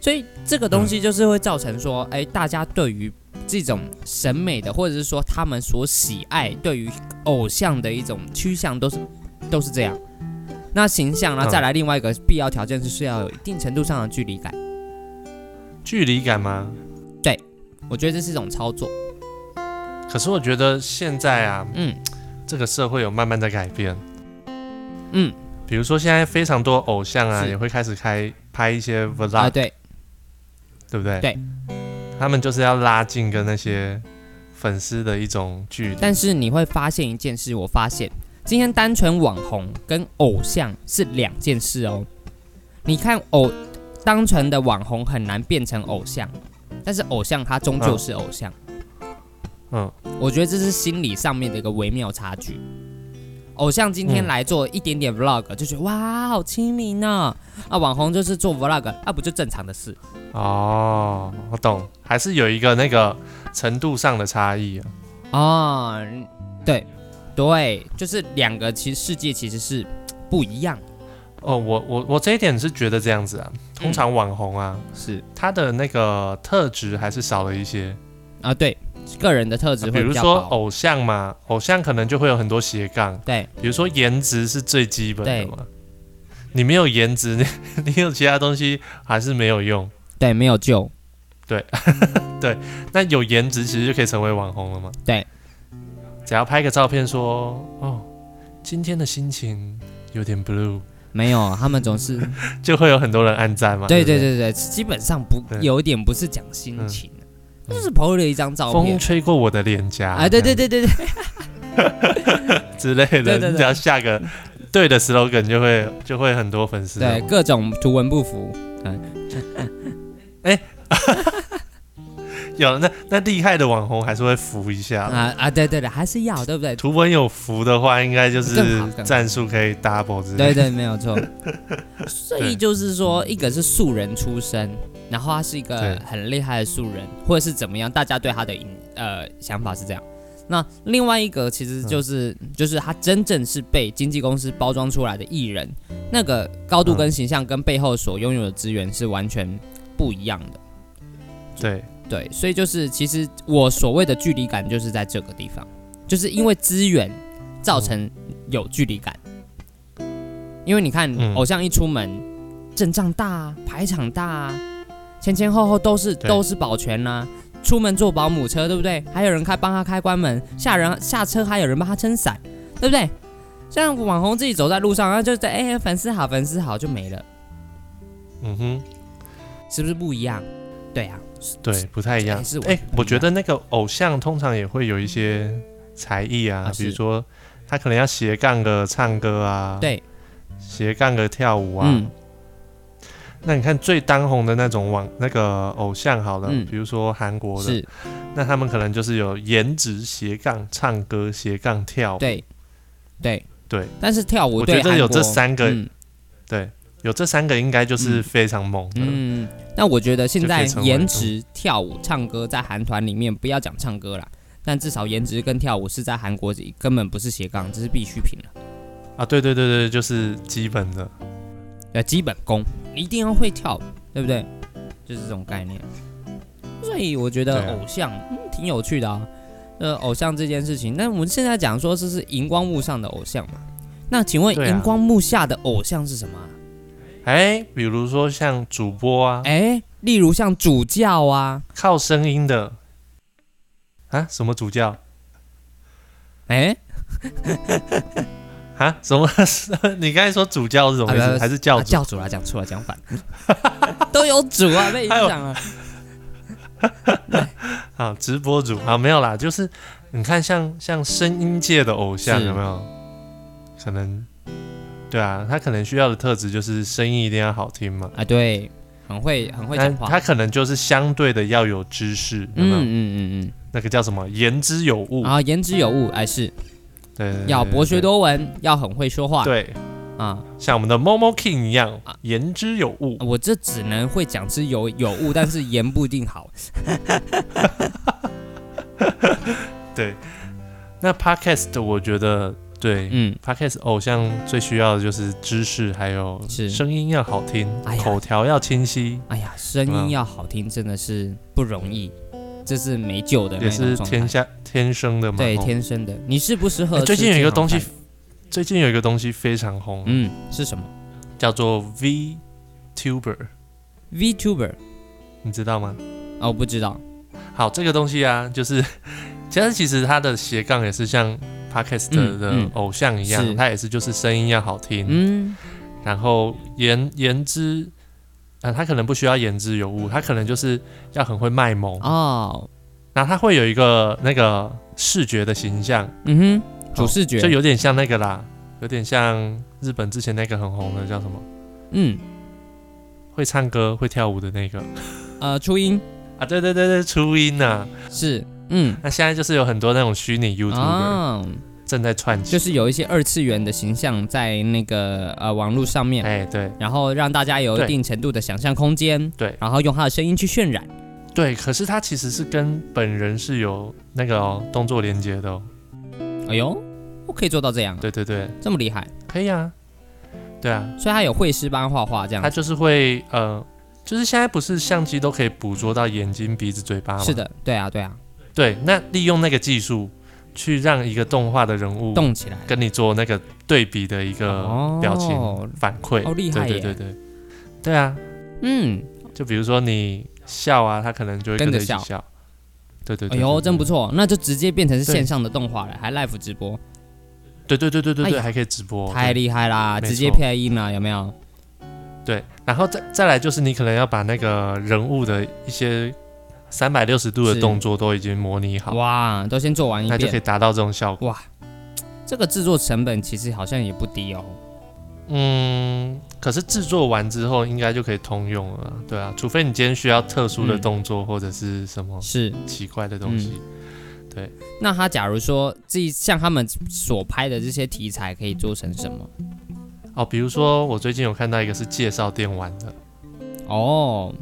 [SPEAKER 4] 所以这个东西就是会造成说，哎，大家对于这种审美的，或者是说他们所喜爱对于偶像的一种趋向，都是都是这样。那形象呢？
[SPEAKER 3] 嗯
[SPEAKER 4] 再来另外一个必要条件就是要有一定程度上的距离感。
[SPEAKER 3] 距离感吗？
[SPEAKER 4] 我觉得这是一种操作。
[SPEAKER 3] 可是我觉得现在啊，
[SPEAKER 4] 嗯
[SPEAKER 3] 这个社会有慢慢在改变。
[SPEAKER 4] 嗯
[SPEAKER 3] 比如说，现在非常多偶像啊，
[SPEAKER 4] 是
[SPEAKER 3] 也会开始开拍一些 vlog，、
[SPEAKER 4] 啊，对，
[SPEAKER 3] 对不对？
[SPEAKER 4] 对，
[SPEAKER 3] 他们就是要拉近跟那些粉丝的一种距离。
[SPEAKER 4] 但是你会发现一件事，我发现今天单纯网红跟偶像是两件事哦。你看偶单纯的网红很难变成偶像，但是偶像他终究是偶像。
[SPEAKER 3] 嗯，
[SPEAKER 4] 我觉得这是心理上面的一个微妙差距。偶像今天
[SPEAKER 3] 嗯
[SPEAKER 4] 来做一点点 vlog，就觉得哇，好亲民呢、啊。网红就是做 vlog，啊，不就正常的事？
[SPEAKER 3] 哦，我懂，还是有一个那个程度上的差异啊。
[SPEAKER 4] 哦，嗯对，对，就是两个其实世界其实是不一样，
[SPEAKER 3] 哦，我我我这一点是觉得这样子
[SPEAKER 4] 嗯
[SPEAKER 3] 啊，通常网红啊，
[SPEAKER 4] 是
[SPEAKER 3] 他的那个特质还是少了一些。
[SPEAKER 4] 啊，对，个人的特质
[SPEAKER 3] 啊比
[SPEAKER 4] 会
[SPEAKER 3] 如
[SPEAKER 4] 比较
[SPEAKER 3] 说哦
[SPEAKER 4] 薄。
[SPEAKER 3] 偶像嘛，偶像可能就会有很多斜杠，
[SPEAKER 4] 对，
[SPEAKER 3] 比如说颜值是最基本的嘛。你没有颜值，你你有其他东西还是没有用。
[SPEAKER 4] 对，没有救。
[SPEAKER 3] 那有颜值其实就可以成为网红了嘛。
[SPEAKER 4] 对，
[SPEAKER 3] 只要拍个照片说哦，今天的心情有点 blue，
[SPEAKER 4] 没有，他们总
[SPEAKER 3] [laughs]
[SPEAKER 4] 是
[SPEAKER 3] 就会有很多人按赞嘛。
[SPEAKER 4] 对
[SPEAKER 3] 对
[SPEAKER 4] 对
[SPEAKER 3] 不
[SPEAKER 4] 对对，基本上不
[SPEAKER 3] 对
[SPEAKER 4] 有一点不是讲心
[SPEAKER 3] 嗯
[SPEAKER 4] 情，就是 PO 了一张照
[SPEAKER 3] 风
[SPEAKER 4] 片，
[SPEAKER 3] 吹过我的脸颊
[SPEAKER 4] 啊，对对
[SPEAKER 3] 这
[SPEAKER 4] 对对对，
[SPEAKER 3] 样之类的，
[SPEAKER 4] 对对对
[SPEAKER 3] 你只要下个对的 slogan 就会就会很多粉丝了嘛。
[SPEAKER 4] 对各种图文不符，
[SPEAKER 3] 有那那厉害的网红还是会扶一下啦。
[SPEAKER 4] 啊啊，对对对，还是要对不对？
[SPEAKER 3] 图文有福的话，应该就
[SPEAKER 4] 更好
[SPEAKER 3] 是
[SPEAKER 4] 更好
[SPEAKER 3] 战术可以 double 之类
[SPEAKER 4] 对
[SPEAKER 3] 的。
[SPEAKER 4] 对，没有
[SPEAKER 3] [laughs]
[SPEAKER 4] 错。所以就是说，一个是素人出身，然后他是一个
[SPEAKER 3] 对
[SPEAKER 4] 很厉害的素人，或者是怎么样，大家对他的影呃想法是这样。那另外一个其实就是、
[SPEAKER 3] 嗯
[SPEAKER 4] 就是他真正是被经纪公司包装出来的艺人，那个高度跟形象跟背后所拥有的资源是完全不一样的。
[SPEAKER 3] 对
[SPEAKER 4] 对，所以就是其实我所谓的距离感就是在这个地方，就是因为资源造
[SPEAKER 3] 嗯
[SPEAKER 4] 成有距离感。因为你看，
[SPEAKER 3] 嗯
[SPEAKER 4] 偶像一出门，阵仗大、啊，排场大、啊，前前后后都是
[SPEAKER 3] 对
[SPEAKER 4] 都是保全呐、啊出门坐保姆车，对不对？还有人开帮他开关门，下人下车还有人帮他撑伞，对不对？像网红自己走在路上，然后就在哎、粉丝好粉丝好就没了，
[SPEAKER 3] 嗯哼，
[SPEAKER 4] 是不是不一样？对啊，
[SPEAKER 3] 对，不太一样
[SPEAKER 4] 哎是。我
[SPEAKER 3] 哎、我觉得那个偶像通常也会有一些才艺啊，
[SPEAKER 4] 啊
[SPEAKER 3] 比如
[SPEAKER 4] 是
[SPEAKER 3] 说他可能要斜杠个唱歌啊，，
[SPEAKER 4] 对，
[SPEAKER 3] 斜杠个跳舞啊。
[SPEAKER 4] 嗯
[SPEAKER 3] 那你看最当红的那种网那个偶像好了，
[SPEAKER 4] 嗯
[SPEAKER 3] 比如说韩国的，
[SPEAKER 4] 是，
[SPEAKER 3] 那他们可能就是有颜值斜杠唱歌斜杠跳舞，
[SPEAKER 4] 对，对
[SPEAKER 3] 对，
[SPEAKER 4] 但是跳舞
[SPEAKER 3] 我
[SPEAKER 4] 对
[SPEAKER 3] 觉得
[SPEAKER 4] 韩
[SPEAKER 3] 有这
[SPEAKER 4] 国
[SPEAKER 3] 三个
[SPEAKER 4] 嗯
[SPEAKER 3] 对有这三个应该就是
[SPEAKER 4] 嗯
[SPEAKER 3] 非常猛的。
[SPEAKER 4] 嗯，那我觉得现在
[SPEAKER 3] 就可以成为
[SPEAKER 4] 颜值、跳舞、唱歌在韩团里面，不要讲唱歌啦，但至少颜值跟跳舞是在韩国根本不是斜杠，这是必需品了。
[SPEAKER 3] 啊，对对对对，就是基本的。
[SPEAKER 4] 呃，基本功一定要会跳舞，对不对？就是这种概念。所以我觉
[SPEAKER 3] 对
[SPEAKER 4] 得
[SPEAKER 3] 啊
[SPEAKER 4] 偶像、嗯、挺有趣的啊。呃，偶像这件事情，那我们现在讲说这是荧光幕上的偶像嘛？那请问
[SPEAKER 3] 对啊
[SPEAKER 4] 荧光幕下的偶像是什么啊、
[SPEAKER 3] 哎，比如说像主播啊，
[SPEAKER 4] 哎、例如像主教啊，
[SPEAKER 3] 靠声音的啊，什么主教
[SPEAKER 4] 哎、
[SPEAKER 3] 啊？什么？ [laughs] 你刚才说主教是什么意思？
[SPEAKER 4] 啊不
[SPEAKER 3] 还是教
[SPEAKER 4] 啊
[SPEAKER 3] 主？
[SPEAKER 4] 教主啦，讲错了，讲反， [laughs] 都有主啊，被影响了。
[SPEAKER 3] 哎啊，直播主啊，没有啦，就是你看像像声音界的偶像
[SPEAKER 4] 是
[SPEAKER 3] 有没有？可能对啊，他可能需要的特质就是声音一定要好听嘛。
[SPEAKER 4] 啊，对，很会很会
[SPEAKER 3] 但
[SPEAKER 4] 讲话。
[SPEAKER 3] 哎他可能就是相对的要有知识，有没
[SPEAKER 4] 嗯
[SPEAKER 3] 有？
[SPEAKER 4] 嗯嗯
[SPEAKER 3] 那个叫什么言之有物
[SPEAKER 4] 嗯，，啊，言之有物，哎是，
[SPEAKER 3] 对，对
[SPEAKER 4] 要博学。
[SPEAKER 3] 对
[SPEAKER 4] 多闻，要很会说话，
[SPEAKER 3] 对，
[SPEAKER 4] 啊，
[SPEAKER 3] 像我们的 Momo King 一样
[SPEAKER 4] 啊，
[SPEAKER 3] 言之有物。
[SPEAKER 4] 我这只能会讲之有有
[SPEAKER 3] [laughs]
[SPEAKER 4] 物，但是言不一定好。
[SPEAKER 3] 那 Podcast 我觉得对，
[SPEAKER 4] 嗯，
[SPEAKER 3] Podcast 偶像最需要的就是知识，还有
[SPEAKER 4] 是
[SPEAKER 3] 声音要好听
[SPEAKER 4] 哎，呀
[SPEAKER 3] 口条要清晰，
[SPEAKER 4] 哎呀，声
[SPEAKER 3] 嗯
[SPEAKER 4] 音要好听真的是不容易，这是没救的那
[SPEAKER 3] 也
[SPEAKER 4] 种
[SPEAKER 3] 是
[SPEAKER 4] 状态
[SPEAKER 3] 天下天生的嘛。
[SPEAKER 4] 对
[SPEAKER 3] 吼
[SPEAKER 4] 天生的，你适不适合
[SPEAKER 3] 哎
[SPEAKER 4] 吃
[SPEAKER 3] 最近有一
[SPEAKER 4] 健
[SPEAKER 3] 个
[SPEAKER 4] 康
[SPEAKER 3] 东西
[SPEAKER 4] 餐，
[SPEAKER 3] 最近有一个东西非常红，
[SPEAKER 4] 嗯，是什么
[SPEAKER 3] 叫做 V Tuber，
[SPEAKER 4] ？VTuber
[SPEAKER 3] 你知道吗？
[SPEAKER 4] 啊，我不知道，
[SPEAKER 3] 好，这个东西啊，就是 [laughs] 其实其实它的斜杠也是像 Podcast 的
[SPEAKER 4] 嗯嗯
[SPEAKER 3] 的偶像一样，
[SPEAKER 4] 是
[SPEAKER 3] 它也是就是声音要好听，
[SPEAKER 4] 嗯，
[SPEAKER 3] 然后言言之。啊，他可能不需要言之有物，他可能就是要很会卖萌
[SPEAKER 4] 哦，
[SPEAKER 3] 然后它会有一个那个视觉的形象，
[SPEAKER 4] 嗯哼，主视觉
[SPEAKER 3] 就，有点像那个啦，有点像日本之前那个很红的叫什么，
[SPEAKER 4] 嗯，
[SPEAKER 3] 会唱歌会跳舞的那个
[SPEAKER 4] 呃，初音
[SPEAKER 3] 啊，对对对对，初音呐、
[SPEAKER 4] 是，嗯，
[SPEAKER 3] 那现在就是有很多那种虚拟 YouTuber、
[SPEAKER 4] 啊，
[SPEAKER 3] 正在串起，
[SPEAKER 4] 就是有一些二次元的形象在那个呃网络上面，
[SPEAKER 3] 哎，对
[SPEAKER 4] 然后让大家有一
[SPEAKER 3] 对
[SPEAKER 4] 定程度的想象空间，
[SPEAKER 3] 对
[SPEAKER 4] 然后用他的声音去渲染。
[SPEAKER 3] 对，可是它其实是跟本人是有那个、哦、动作连接的哦，
[SPEAKER 4] 哎呦，我可以做到这样啊，
[SPEAKER 3] 对对对，
[SPEAKER 4] 这么厉害，
[SPEAKER 3] 可以啊，对啊，
[SPEAKER 4] 所以他有绘师帮他画画这样
[SPEAKER 3] 它。就是会呃，就是现在不是相机都可以捕捉到眼睛、鼻子、嘴巴吗？
[SPEAKER 4] 是的，对啊，对啊，
[SPEAKER 3] 对，那利用那个技术去让一个动画的人物
[SPEAKER 4] 动起来，
[SPEAKER 3] 跟你做那个对比的一个
[SPEAKER 4] 哦
[SPEAKER 3] 呃表情反馈，
[SPEAKER 4] 好厉害
[SPEAKER 3] 对
[SPEAKER 4] 耶
[SPEAKER 3] 对对对，对啊，
[SPEAKER 4] 嗯，
[SPEAKER 3] 就比如说你笑啊，他可能就会
[SPEAKER 4] 跟着
[SPEAKER 3] 着一起
[SPEAKER 4] 笑
[SPEAKER 3] 笑。对对
[SPEAKER 4] 哎
[SPEAKER 3] 对，
[SPEAKER 4] 呦，
[SPEAKER 3] 对
[SPEAKER 4] 真不。错，那就直接变成是
[SPEAKER 3] 对
[SPEAKER 4] 线上的动画了，还 live 直播，
[SPEAKER 3] 对对对对对
[SPEAKER 4] 哎
[SPEAKER 3] 对，
[SPEAKER 4] 呀
[SPEAKER 3] 还可以直播，
[SPEAKER 4] 太
[SPEAKER 3] 对
[SPEAKER 4] 厉害啦，
[SPEAKER 3] 没
[SPEAKER 4] 直接
[SPEAKER 3] 错
[SPEAKER 4] 配音了，有没有？
[SPEAKER 3] 对。然后再再来就是你可能要把那个人物的一些三百六十度的
[SPEAKER 4] 是
[SPEAKER 3] 动作都已经模拟好，
[SPEAKER 4] 哇，都先做完一
[SPEAKER 3] 那就可以
[SPEAKER 4] 遍，
[SPEAKER 3] 达到这种效果。
[SPEAKER 4] 哇，这个制作成本其实好像也不低哦。
[SPEAKER 3] 嗯，可是制作完之后应该就可以通用了啊，对啊，除非你今天需要特殊的
[SPEAKER 4] 嗯
[SPEAKER 3] 动作或者是什么
[SPEAKER 4] 是，
[SPEAKER 3] 奇怪的东西，
[SPEAKER 4] 那他假如说自己像他们所拍的这些题材，可以做成什么？
[SPEAKER 3] 哦，比如说我最近有看到一个是介绍电玩的，
[SPEAKER 4] 哦，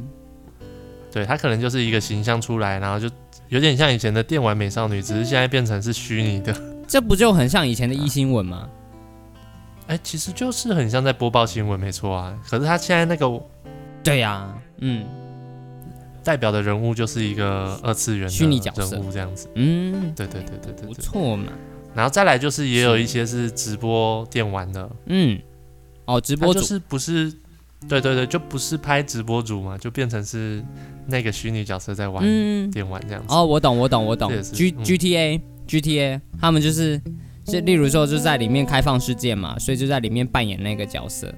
[SPEAKER 3] 对，它可能就是一个形象出来，然后就有点像以前的电玩美少女，只是现在变成是虚拟的， [laughs]
[SPEAKER 4] 这不就很像以前的一新闻吗？
[SPEAKER 3] 哎，其实就是很像在播报新闻，没错啊。可是它现在那个
[SPEAKER 4] 对呀、嗯
[SPEAKER 3] 代表的人物就是一个二次元的
[SPEAKER 4] 虚拟角色
[SPEAKER 3] 人物这样子，
[SPEAKER 4] 嗯，
[SPEAKER 3] 对对对对对
[SPEAKER 4] 不
[SPEAKER 3] 对。
[SPEAKER 4] 错嘛，
[SPEAKER 3] 然后再来就是也有一些是直播电玩的，
[SPEAKER 4] 嗯，哦，直
[SPEAKER 3] 他
[SPEAKER 4] 播
[SPEAKER 3] 就
[SPEAKER 4] 主、
[SPEAKER 3] 是不是，对对对，就不是拍直播主嘛，就变成是那个虚拟角色在玩、
[SPEAKER 4] 嗯，
[SPEAKER 3] 电玩这样子。
[SPEAKER 4] 哦，我懂，我懂，我懂
[SPEAKER 3] 这也是
[SPEAKER 4] ，G
[SPEAKER 3] 嗯
[SPEAKER 4] G T A G T A，他们就是。是，例如说，就在里面开放世界嘛，所以就在里面扮演那个角色，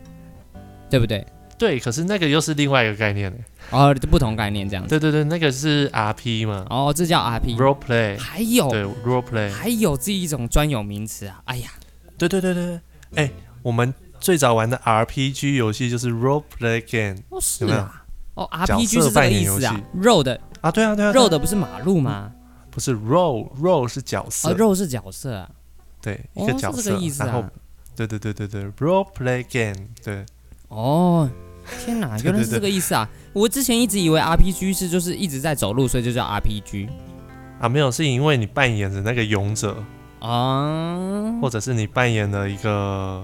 [SPEAKER 4] 对不对？
[SPEAKER 3] 对，可是那个又是另外一个概念呢。
[SPEAKER 4] 哦，不同概念这样子。
[SPEAKER 3] 对对对，那个是 R P 嘛、
[SPEAKER 4] 哦，这叫 R P。哦
[SPEAKER 3] r o l e play，
[SPEAKER 4] 还有，
[SPEAKER 3] 对 role play，
[SPEAKER 4] 还有这一种专有名词啊！哎呀，
[SPEAKER 3] 对对对对，哎、我们最早玩的 R P G 游戏就是 role play game
[SPEAKER 4] 哦是
[SPEAKER 3] 有没有
[SPEAKER 4] 啊，哦
[SPEAKER 3] 角
[SPEAKER 4] RPG
[SPEAKER 3] 色
[SPEAKER 4] 是这
[SPEAKER 3] 扮
[SPEAKER 4] 个
[SPEAKER 3] 演
[SPEAKER 4] 意思
[SPEAKER 3] 游
[SPEAKER 4] 啊
[SPEAKER 3] 戏。
[SPEAKER 4] 肉
[SPEAKER 3] [laughs]
[SPEAKER 4] 的
[SPEAKER 3] 啊，对啊对啊，对啊
[SPEAKER 4] 肉的不是马路吗？
[SPEAKER 3] 不是 role role 是角色，
[SPEAKER 4] 哦，肉是角色啊。
[SPEAKER 3] 对一
[SPEAKER 4] 哦
[SPEAKER 3] 个角
[SPEAKER 4] 是
[SPEAKER 3] 色，
[SPEAKER 4] 这个意思
[SPEAKER 3] 然后
[SPEAKER 4] 啊。
[SPEAKER 3] 对对对对对 role play game，对
[SPEAKER 4] 哦，天哪，
[SPEAKER 3] [laughs] 对
[SPEAKER 4] 原来
[SPEAKER 3] 对
[SPEAKER 4] 是
[SPEAKER 3] 对
[SPEAKER 4] 这个意思啊！我之前一直以为 RPG 是就是一直在走路，所以就叫 RPG
[SPEAKER 3] 啊，没有，是因为你扮演的那个勇者，
[SPEAKER 4] 啊
[SPEAKER 3] 或者是你扮演了一个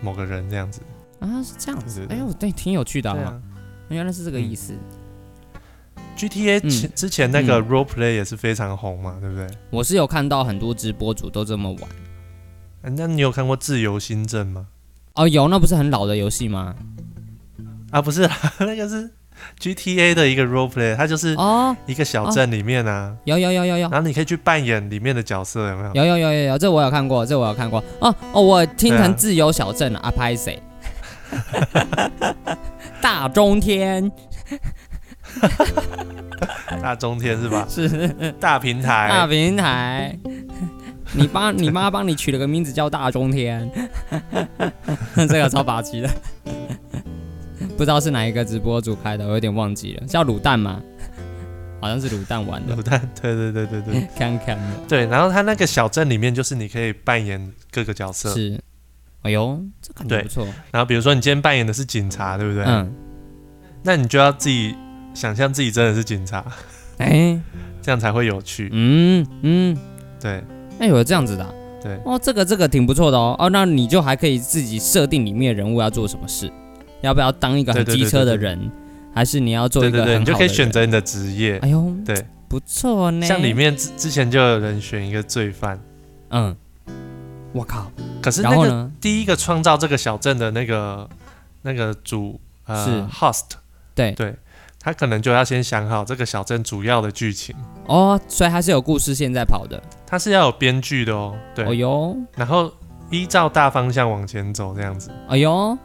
[SPEAKER 3] 某个人这样子。
[SPEAKER 4] 啊，是这样子
[SPEAKER 3] 对。对
[SPEAKER 4] 哎
[SPEAKER 3] 对
[SPEAKER 4] 呦，对，挺有趣的
[SPEAKER 3] 对
[SPEAKER 4] 啊
[SPEAKER 3] 啊。嗯
[SPEAKER 4] 原来是这个意思。
[SPEAKER 3] ，GTA
[SPEAKER 4] 嗯
[SPEAKER 3] 前之前那个
[SPEAKER 4] 嗯
[SPEAKER 3] role play 也是非常红嘛，对不对？
[SPEAKER 4] 我是有看到很多直播主都这么玩。
[SPEAKER 3] 啊那你有看过《自由新政》吗？
[SPEAKER 4] 哦，有，那不是很老的游戏吗？
[SPEAKER 3] 啊，不是啦，那个是 [laughs] GTA 的一个 role play，它就是
[SPEAKER 4] 哦，
[SPEAKER 3] 一个小镇里面啊，
[SPEAKER 4] 有有有有有
[SPEAKER 3] 然后你可以去扮演里面的角色，有没有？
[SPEAKER 4] 有有有有有，这我有看过，这我有看过。哦哦，我听
[SPEAKER 3] 对
[SPEAKER 4] 成
[SPEAKER 3] 啊
[SPEAKER 4] 自由小镇了啊，拍谁？ [laughs] 大中天？
[SPEAKER 3] 大中天是吧
[SPEAKER 4] [laughs] 是哎
[SPEAKER 3] 大平
[SPEAKER 4] 大
[SPEAKER 3] 台，
[SPEAKER 4] 平台，你帮你妈帮你取了个名字叫大中天， [laughs] 这个超拔气的。不知道是哪一个直播主开的，我有点忘记了，叫卤蛋吗？好像是卤蛋玩的，
[SPEAKER 3] 卤蛋，对对对对对
[SPEAKER 4] 看看的
[SPEAKER 3] 对。然后它那个小镇里面，就是你可以扮演各个角色。
[SPEAKER 4] 是。哎呦，这感觉
[SPEAKER 3] 对
[SPEAKER 4] 不错。
[SPEAKER 3] 然后比如说你今天扮演的是警察，对不对？
[SPEAKER 4] 嗯，
[SPEAKER 3] 那你就要自己想象自己真的是警察，
[SPEAKER 4] 哎、
[SPEAKER 3] 这样才会有趣。
[SPEAKER 4] 嗯嗯，
[SPEAKER 3] 对
[SPEAKER 4] 哎呦，这样子的啊、
[SPEAKER 3] 对
[SPEAKER 4] 哦，这个这个挺不错的哦。哦，那你就还可以自己设定里面人物要做什么事，要不要当一个很
[SPEAKER 3] 对对对
[SPEAKER 4] 机车的
[SPEAKER 3] 对对
[SPEAKER 4] 人，还是你要做
[SPEAKER 3] 对
[SPEAKER 4] 一个很好的
[SPEAKER 3] 对对，
[SPEAKER 4] 人？
[SPEAKER 3] 你就可以选择你的职业。
[SPEAKER 4] 哎呦，
[SPEAKER 3] 对，
[SPEAKER 4] 不错呢。
[SPEAKER 3] 像里，面之之前就有人选一个罪犯，
[SPEAKER 4] 嗯，我靠，
[SPEAKER 3] 可是
[SPEAKER 4] 然
[SPEAKER 3] 那
[SPEAKER 4] 后
[SPEAKER 3] 个
[SPEAKER 4] 呢？
[SPEAKER 3] 第一个创造这个小镇的那个那个主呃
[SPEAKER 4] 是
[SPEAKER 3] host，
[SPEAKER 4] 对
[SPEAKER 3] 对，他可能就要先想好这个小镇主要的剧情，
[SPEAKER 4] 哦，所以它是有故事线在跑的。
[SPEAKER 3] 他是要有编剧的哦，对，
[SPEAKER 4] 哦呦，
[SPEAKER 3] 然后依照大方向往前走这样子，
[SPEAKER 4] 哎呦，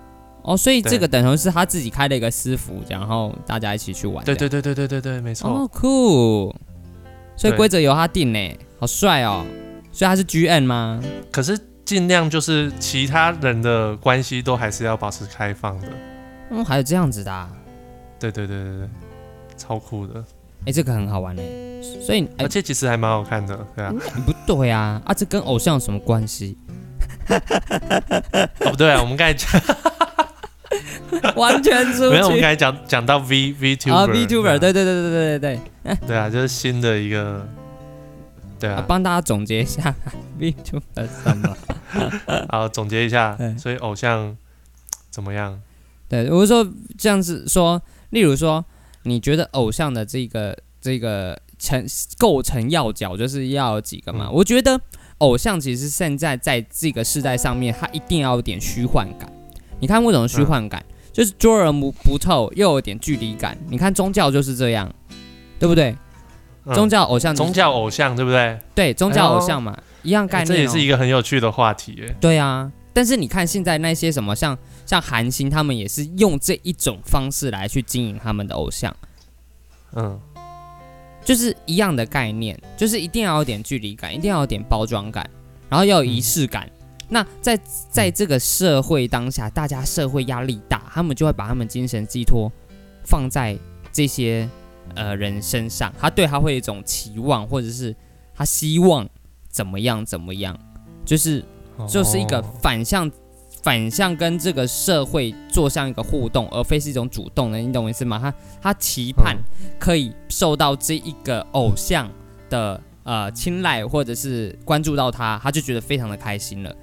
[SPEAKER 4] 哦，所以
[SPEAKER 3] 对
[SPEAKER 4] 这个等同是他自己开了一个私服，然后大家一起去玩。
[SPEAKER 3] 对对对对对对对，没
[SPEAKER 4] 这样，
[SPEAKER 3] 错，
[SPEAKER 4] 哦酷，所以
[SPEAKER 3] 对
[SPEAKER 4] 规则由他定呢，好帅哦。所以他是 GN 吗？
[SPEAKER 3] 可是尽量就是其他人的关系都还是要保持开放的，
[SPEAKER 4] 嗯，还有这样子的、啊，
[SPEAKER 3] 对对对对对，超酷的，
[SPEAKER 4] 哎、这个很好玩呢。所以，哎、嗯
[SPEAKER 3] 而且其实还蛮好看的，对啊，
[SPEAKER 4] 不对啊，啊，这跟偶像有什么关系？
[SPEAKER 3] [laughs] 哦不对啊，我们刚才
[SPEAKER 4] [laughs]
[SPEAKER 3] 讲
[SPEAKER 4] 完全出
[SPEAKER 3] 没有，我们
[SPEAKER 4] 去
[SPEAKER 3] 刚。才讲讲到 V VTuber
[SPEAKER 4] 啊，VTuber，
[SPEAKER 3] 对
[SPEAKER 4] 对对对对对对对，
[SPEAKER 3] 啊对啊，就是新的一个，对
[SPEAKER 4] 啊
[SPEAKER 3] 啊，
[SPEAKER 4] 帮大家总结一下 VTuber 是什么？
[SPEAKER 3] 好，总结一下
[SPEAKER 4] 对，
[SPEAKER 3] 所以偶像怎么样？
[SPEAKER 4] 对，我是说这样子说，例如说，你觉得偶像的这个这个成构成要角就是要有几个嘛？
[SPEAKER 3] 嗯
[SPEAKER 4] 我觉得偶像其实现在在这个世代上面，它一定要有点虚幻感。你看为什么虚幻
[SPEAKER 3] 嗯
[SPEAKER 4] 感？就是捉人不不透，又有点距离感。你看宗教就是这样，对不对？
[SPEAKER 3] 嗯
[SPEAKER 4] 宗教偶像就是、
[SPEAKER 3] 宗教偶像对不对？
[SPEAKER 4] 对宗教偶像嘛，一样概
[SPEAKER 3] 哎
[SPEAKER 4] 念、哦
[SPEAKER 3] 这也是一个很有趣的话题耶。
[SPEAKER 4] 对啊，但是你看现在那些什么像像韩星，他们也是用这一种方式来去经营他们的偶像，
[SPEAKER 3] 嗯，
[SPEAKER 4] 就是一样的概念，就是一定要有点距离感，一定要有点包装感，然后要有仪式感。那在在这个社会当下，大家社会压力大，他们就会把他们精神寄托放在这些呃人身上，他对他会有一种期望，或者是他希望怎么样怎么样，就是就是一个
[SPEAKER 3] 哦
[SPEAKER 4] 反向、反向跟这个社会做向一个互动，而非是一种主动的，你懂我意思吗？他他期盼
[SPEAKER 3] 嗯
[SPEAKER 4] 可以受到这一个偶像的呃青睐，或者是关注到他，他就觉得非常的开心了。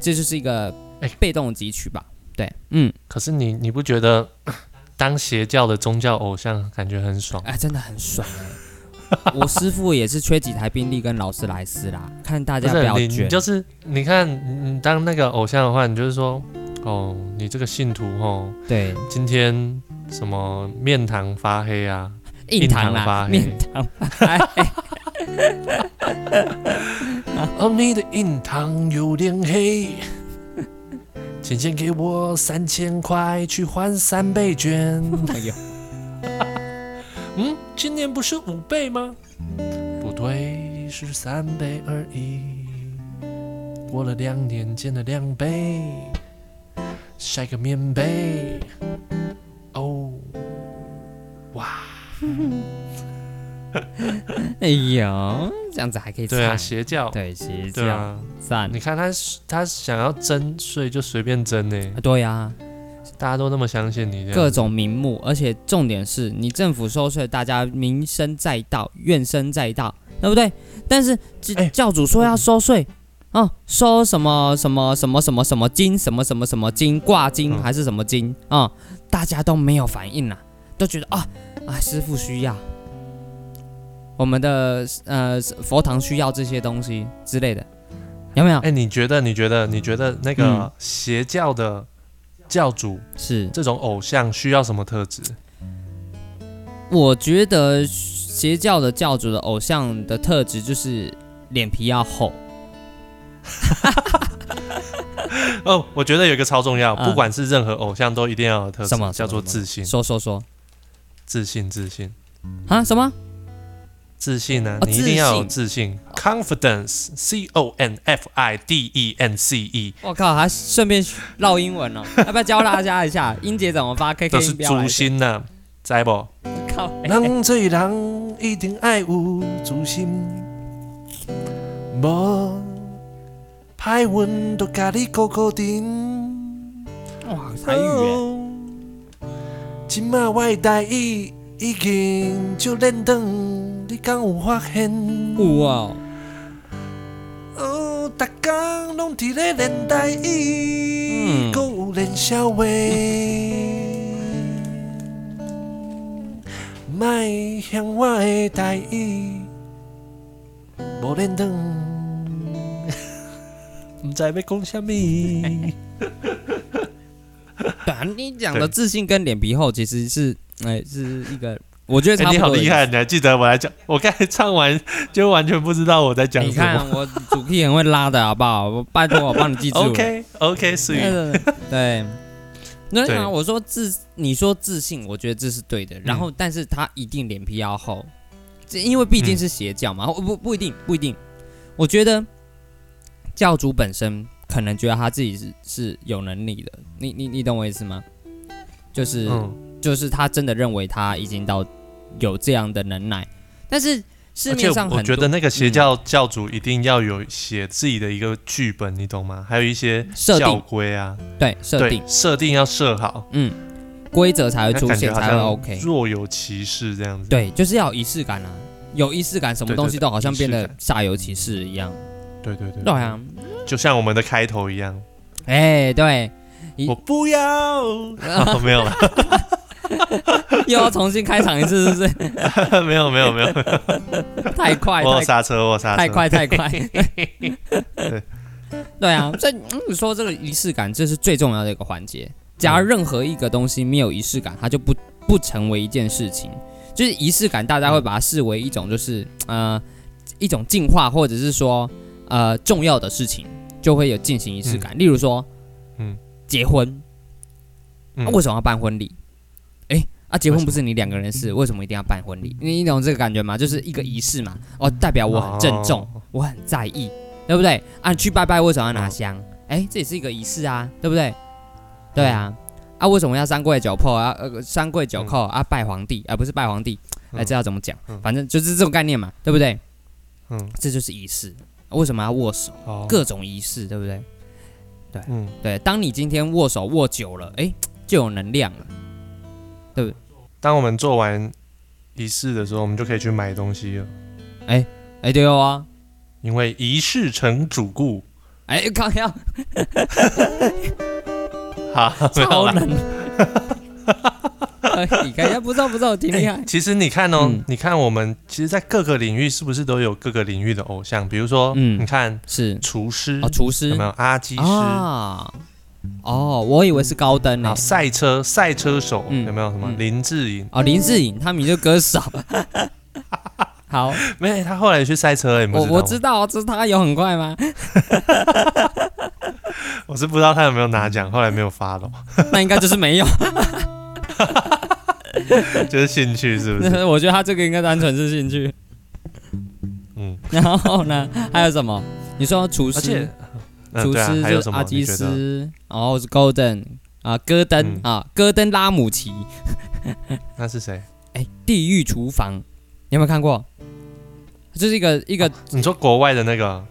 [SPEAKER 4] 这就是一个
[SPEAKER 3] 哎
[SPEAKER 4] 被动的汲取吧。对，嗯，
[SPEAKER 3] 可是你你不觉得 [coughs] 当邪教的宗教偶像感觉很爽？
[SPEAKER 4] 哎，真的很爽哎、我师傅也是缺几台宾利跟劳斯莱斯啦，看大
[SPEAKER 3] 不
[SPEAKER 4] 家
[SPEAKER 3] 是
[SPEAKER 4] [laughs] 要
[SPEAKER 3] 你
[SPEAKER 4] 卷
[SPEAKER 3] 你。就是你看你你当那个偶像的话，你就是说哦，你这个信徒哦，
[SPEAKER 4] 对，
[SPEAKER 3] 今天什么面堂发黑啊，
[SPEAKER 4] 硬
[SPEAKER 3] 硬
[SPEAKER 4] 糖
[SPEAKER 3] 糖
[SPEAKER 4] 啦，
[SPEAKER 3] 发黑
[SPEAKER 4] 啊面糖发黑。
[SPEAKER 3] [laughs] 哦，你的印堂有点
[SPEAKER 4] [laughs]
[SPEAKER 3] 黑，请先给我三千块去换三倍券。
[SPEAKER 4] 哎呦
[SPEAKER 3] 嗯，今年不是五倍吗？不对，是三倍而已。过了两年，减了两倍，晒个棉被。哦，哇，
[SPEAKER 4] 哎呦，这样子还可以
[SPEAKER 3] 对啊，
[SPEAKER 4] 唱
[SPEAKER 3] 邪教，
[SPEAKER 4] 对，邪
[SPEAKER 3] 对
[SPEAKER 4] 教
[SPEAKER 3] 啊，
[SPEAKER 4] 赞
[SPEAKER 3] 你看他他想要争，所以就随便争呢，
[SPEAKER 4] 啊，对呀，
[SPEAKER 3] 大家都那么相信你这样。
[SPEAKER 4] 各种名目，而且重点是你政府收税，大家民生载道，怨声载道，对不对？但是这
[SPEAKER 3] 哎
[SPEAKER 4] 教主说要收税。哦，收什么什么什么什么什么金，什么什么什么金挂金
[SPEAKER 3] 嗯
[SPEAKER 4] 还是什么金啊、哦大家都没有反应啦、都觉得啊，哎，师傅需要，我们的呃佛堂需要这些东西之类的，有没有？
[SPEAKER 3] 哎、你觉得？你觉得？你觉得那
[SPEAKER 4] 嗯
[SPEAKER 3] 个邪教的教主、
[SPEAKER 4] 是
[SPEAKER 3] 这种偶像需要什么特质？
[SPEAKER 4] 我觉得邪教的教主的偶像的特质就是脸皮要厚，
[SPEAKER 3] 哦，我觉得有一个超重要，
[SPEAKER 4] 嗯
[SPEAKER 3] 不管是任何偶像都一定要有特质
[SPEAKER 4] 什么，
[SPEAKER 3] 叫做
[SPEAKER 4] 什么
[SPEAKER 3] 自信，
[SPEAKER 4] 说说说
[SPEAKER 3] 自信，自信，
[SPEAKER 4] 啊什么？
[SPEAKER 3] 自信呢
[SPEAKER 4] 哦？
[SPEAKER 3] 你一
[SPEAKER 4] 自
[SPEAKER 3] 定要有
[SPEAKER 4] 信
[SPEAKER 3] 自信，confidence，c o n f i d e n c e，
[SPEAKER 4] 我靠，还顺便唠英
[SPEAKER 3] [laughs]
[SPEAKER 4] 文哦，要不要教大家一下英姐怎么发 KK
[SPEAKER 3] 这是
[SPEAKER 4] 音标来哎
[SPEAKER 3] 诛
[SPEAKER 4] 着？
[SPEAKER 3] 心呐，知不？
[SPEAKER 4] 靠， [laughs]
[SPEAKER 2] 人做人一定爱有自信，无歹运都甲你勾勾阵。
[SPEAKER 4] 哇，台语耶，
[SPEAKER 2] 即马我的台语已经就练转，你敢有发现？
[SPEAKER 4] 哇，
[SPEAKER 2] 哦，逐工拢伫咧练台语，
[SPEAKER 4] 嗯
[SPEAKER 2] 搁、有练笑
[SPEAKER 4] [laughs]
[SPEAKER 2] 话。莫嫌我的台语无练
[SPEAKER 4] [laughs]
[SPEAKER 2] 转，
[SPEAKER 3] 唔知要讲什么？
[SPEAKER 4] 对啊，你讲
[SPEAKER 3] 对
[SPEAKER 4] 的自信跟脸皮厚其实是，哎，是一个，我觉得
[SPEAKER 3] 哎、
[SPEAKER 4] 差不
[SPEAKER 3] 你好
[SPEAKER 4] 多的意
[SPEAKER 3] 厉
[SPEAKER 4] 思。
[SPEAKER 3] 害，你还记得我来讲？我刚才唱完就完全不知道我在讲
[SPEAKER 4] 你
[SPEAKER 3] 什么。
[SPEAKER 4] 看我主 key 很会拉的好不好？我拜托我帮你记住。
[SPEAKER 3] [laughs] OK OK，思雨， [laughs]
[SPEAKER 4] 对。那
[SPEAKER 3] 对嗯
[SPEAKER 4] 我说自，你说自信，我觉得这是对的。然后，但是他一定脸皮要厚，这因为毕竟是邪教嘛。
[SPEAKER 3] 嗯
[SPEAKER 4] 不不一定，不一定。我觉得教主本身可能觉得他自己是是有能力的。你你你懂我意思吗？就是、
[SPEAKER 3] 嗯，
[SPEAKER 4] 就是他真的认为他已经到有这样的能耐，但是市
[SPEAKER 3] 而且
[SPEAKER 4] 面上
[SPEAKER 3] 我
[SPEAKER 4] 很多嗯
[SPEAKER 3] 觉得那个邪教教主一定要有写自己的一个剧本，你懂吗？还有一些
[SPEAKER 4] 设定
[SPEAKER 3] 教规啊，
[SPEAKER 4] 对设定
[SPEAKER 3] 对，设定要设好，
[SPEAKER 4] 规则才会
[SPEAKER 3] 那
[SPEAKER 4] 出
[SPEAKER 3] 感觉
[SPEAKER 4] 现，
[SPEAKER 3] 好
[SPEAKER 4] 才会
[SPEAKER 3] 像
[SPEAKER 4] OK。
[SPEAKER 3] 若有其事这样子。
[SPEAKER 4] 对，就是要有仪式感啊，有仪式感，什么
[SPEAKER 3] 对
[SPEAKER 4] 东
[SPEAKER 3] 对
[SPEAKER 4] 西
[SPEAKER 3] 对
[SPEAKER 4] 都好像
[SPEAKER 3] 仪
[SPEAKER 4] 变
[SPEAKER 3] 式
[SPEAKER 4] 得
[SPEAKER 3] 感嗯
[SPEAKER 4] 煞有其事一样。
[SPEAKER 3] 对对对
[SPEAKER 4] 对啊，
[SPEAKER 3] 就像我们的开头一样。 [laughs]
[SPEAKER 4] 哎，对，
[SPEAKER 3] 我
[SPEAKER 4] [laughs]
[SPEAKER 3] 不要，哦没有了， [laughs]
[SPEAKER 4] 又要重新开场一次，是 [laughs] 不是？
[SPEAKER 3] 没有没有
[SPEAKER 4] [laughs]
[SPEAKER 3] 没有，
[SPEAKER 4] 太快，
[SPEAKER 3] 我有
[SPEAKER 4] 太
[SPEAKER 3] 刹车，我有刹车，
[SPEAKER 4] 太快，太
[SPEAKER 3] [laughs]
[SPEAKER 4] 快。对啊，所以嗯说这个仪式感，这是最重要的一个环
[SPEAKER 3] 嗯
[SPEAKER 4] 节。假如任何一个东西没有仪式感，它就不不成为一件事情。就是仪式感，大家会把它视为一种就是呃一种进化，或者是说呃重要的事情，就会有进行仪式感。例如说，
[SPEAKER 3] 嗯
[SPEAKER 4] 嗯，结婚，
[SPEAKER 3] 嗯
[SPEAKER 4] 啊为什么要办婚礼？哎，啊，结
[SPEAKER 3] 为什
[SPEAKER 4] 婚
[SPEAKER 3] 么
[SPEAKER 4] 不是你两个人事，为什么一定要办婚礼？你你懂这个感觉吗？就是一个仪式嘛，哦，代表我很郑重，
[SPEAKER 3] 哦
[SPEAKER 4] 我很在意，对不对？啊，去拜拜为什么要拿香？
[SPEAKER 3] 哦
[SPEAKER 4] 哎、这也是一个仪式啊，对不对？对啊，啊，为什么要三跪九叩啊？呃，三跪九叩、啊，拜皇帝，而、不是拜皇帝，哎、
[SPEAKER 3] 嗯
[SPEAKER 4] 这要怎么讲？
[SPEAKER 3] 嗯
[SPEAKER 4] 反正就是这种概念嘛，对不对？
[SPEAKER 3] 嗯，
[SPEAKER 4] 这就是仪式。啊为什么要握手？
[SPEAKER 3] 好，
[SPEAKER 4] 各种仪式，对不对？
[SPEAKER 3] 嗯，
[SPEAKER 4] 对，当你今天握手握久了，哎，就有能量了。
[SPEAKER 3] 当我们做完仪式的时候，我们就可以去买东西了，
[SPEAKER 4] 哎，对哦啊，
[SPEAKER 3] 因为仪式成主顾。
[SPEAKER 4] 哎，刚要
[SPEAKER 3] 好，没有
[SPEAKER 4] 超
[SPEAKER 3] 啦。
[SPEAKER 4] 能。哎，你看，不错不错，哎挺厉害。
[SPEAKER 3] 哎其实你看哦，
[SPEAKER 4] 嗯
[SPEAKER 3] 你看我们其实，在各个领域是不是都有各个领域的偶像？比如说，
[SPEAKER 4] 嗯
[SPEAKER 3] 你看
[SPEAKER 4] 是
[SPEAKER 3] 厨师
[SPEAKER 4] 哦，厨师
[SPEAKER 3] 有没有阿基师，
[SPEAKER 4] 啊，哦，我以为是高登呢
[SPEAKER 3] 好，。赛车赛车手
[SPEAKER 4] 嗯
[SPEAKER 3] 有没有什么
[SPEAKER 4] 嗯
[SPEAKER 3] 林志颖？
[SPEAKER 4] 哦，林志颖，他名就歌手。 [laughs] 好，
[SPEAKER 3] 没，他后来去赛车了，你不
[SPEAKER 4] 我
[SPEAKER 3] 知道吗？
[SPEAKER 4] 我知道，这他有很快吗？ [laughs]
[SPEAKER 3] 我是不知道他有没有拿奖，后来没有
[SPEAKER 4] [laughs]
[SPEAKER 3] 发了，
[SPEAKER 4] 那应该就是没有。
[SPEAKER 3] 就是兴趣是不
[SPEAKER 4] [laughs]
[SPEAKER 3] 是？
[SPEAKER 4] 我觉得他这个应该单纯是兴趣。 [laughs]
[SPEAKER 3] 嗯，
[SPEAKER 4] 然后呢，还有什么？你说厨
[SPEAKER 3] 而且
[SPEAKER 4] 师，，
[SPEAKER 3] 嗯
[SPEAKER 4] 厨
[SPEAKER 3] 对啊
[SPEAKER 4] 师
[SPEAKER 3] 还有
[SPEAKER 4] 就
[SPEAKER 3] 什
[SPEAKER 4] 是
[SPEAKER 3] 么
[SPEAKER 4] 阿基
[SPEAKER 3] 你觉得
[SPEAKER 4] 斯，然后是 Golden 啊，戈登
[SPEAKER 3] 嗯
[SPEAKER 4] 啊，戈登拉姆齐，
[SPEAKER 3] 那是谁？
[SPEAKER 4] 哎，地狱厨房，你有没有看过？就是一个一个，
[SPEAKER 3] 你说国外的那
[SPEAKER 4] 啊
[SPEAKER 3] 个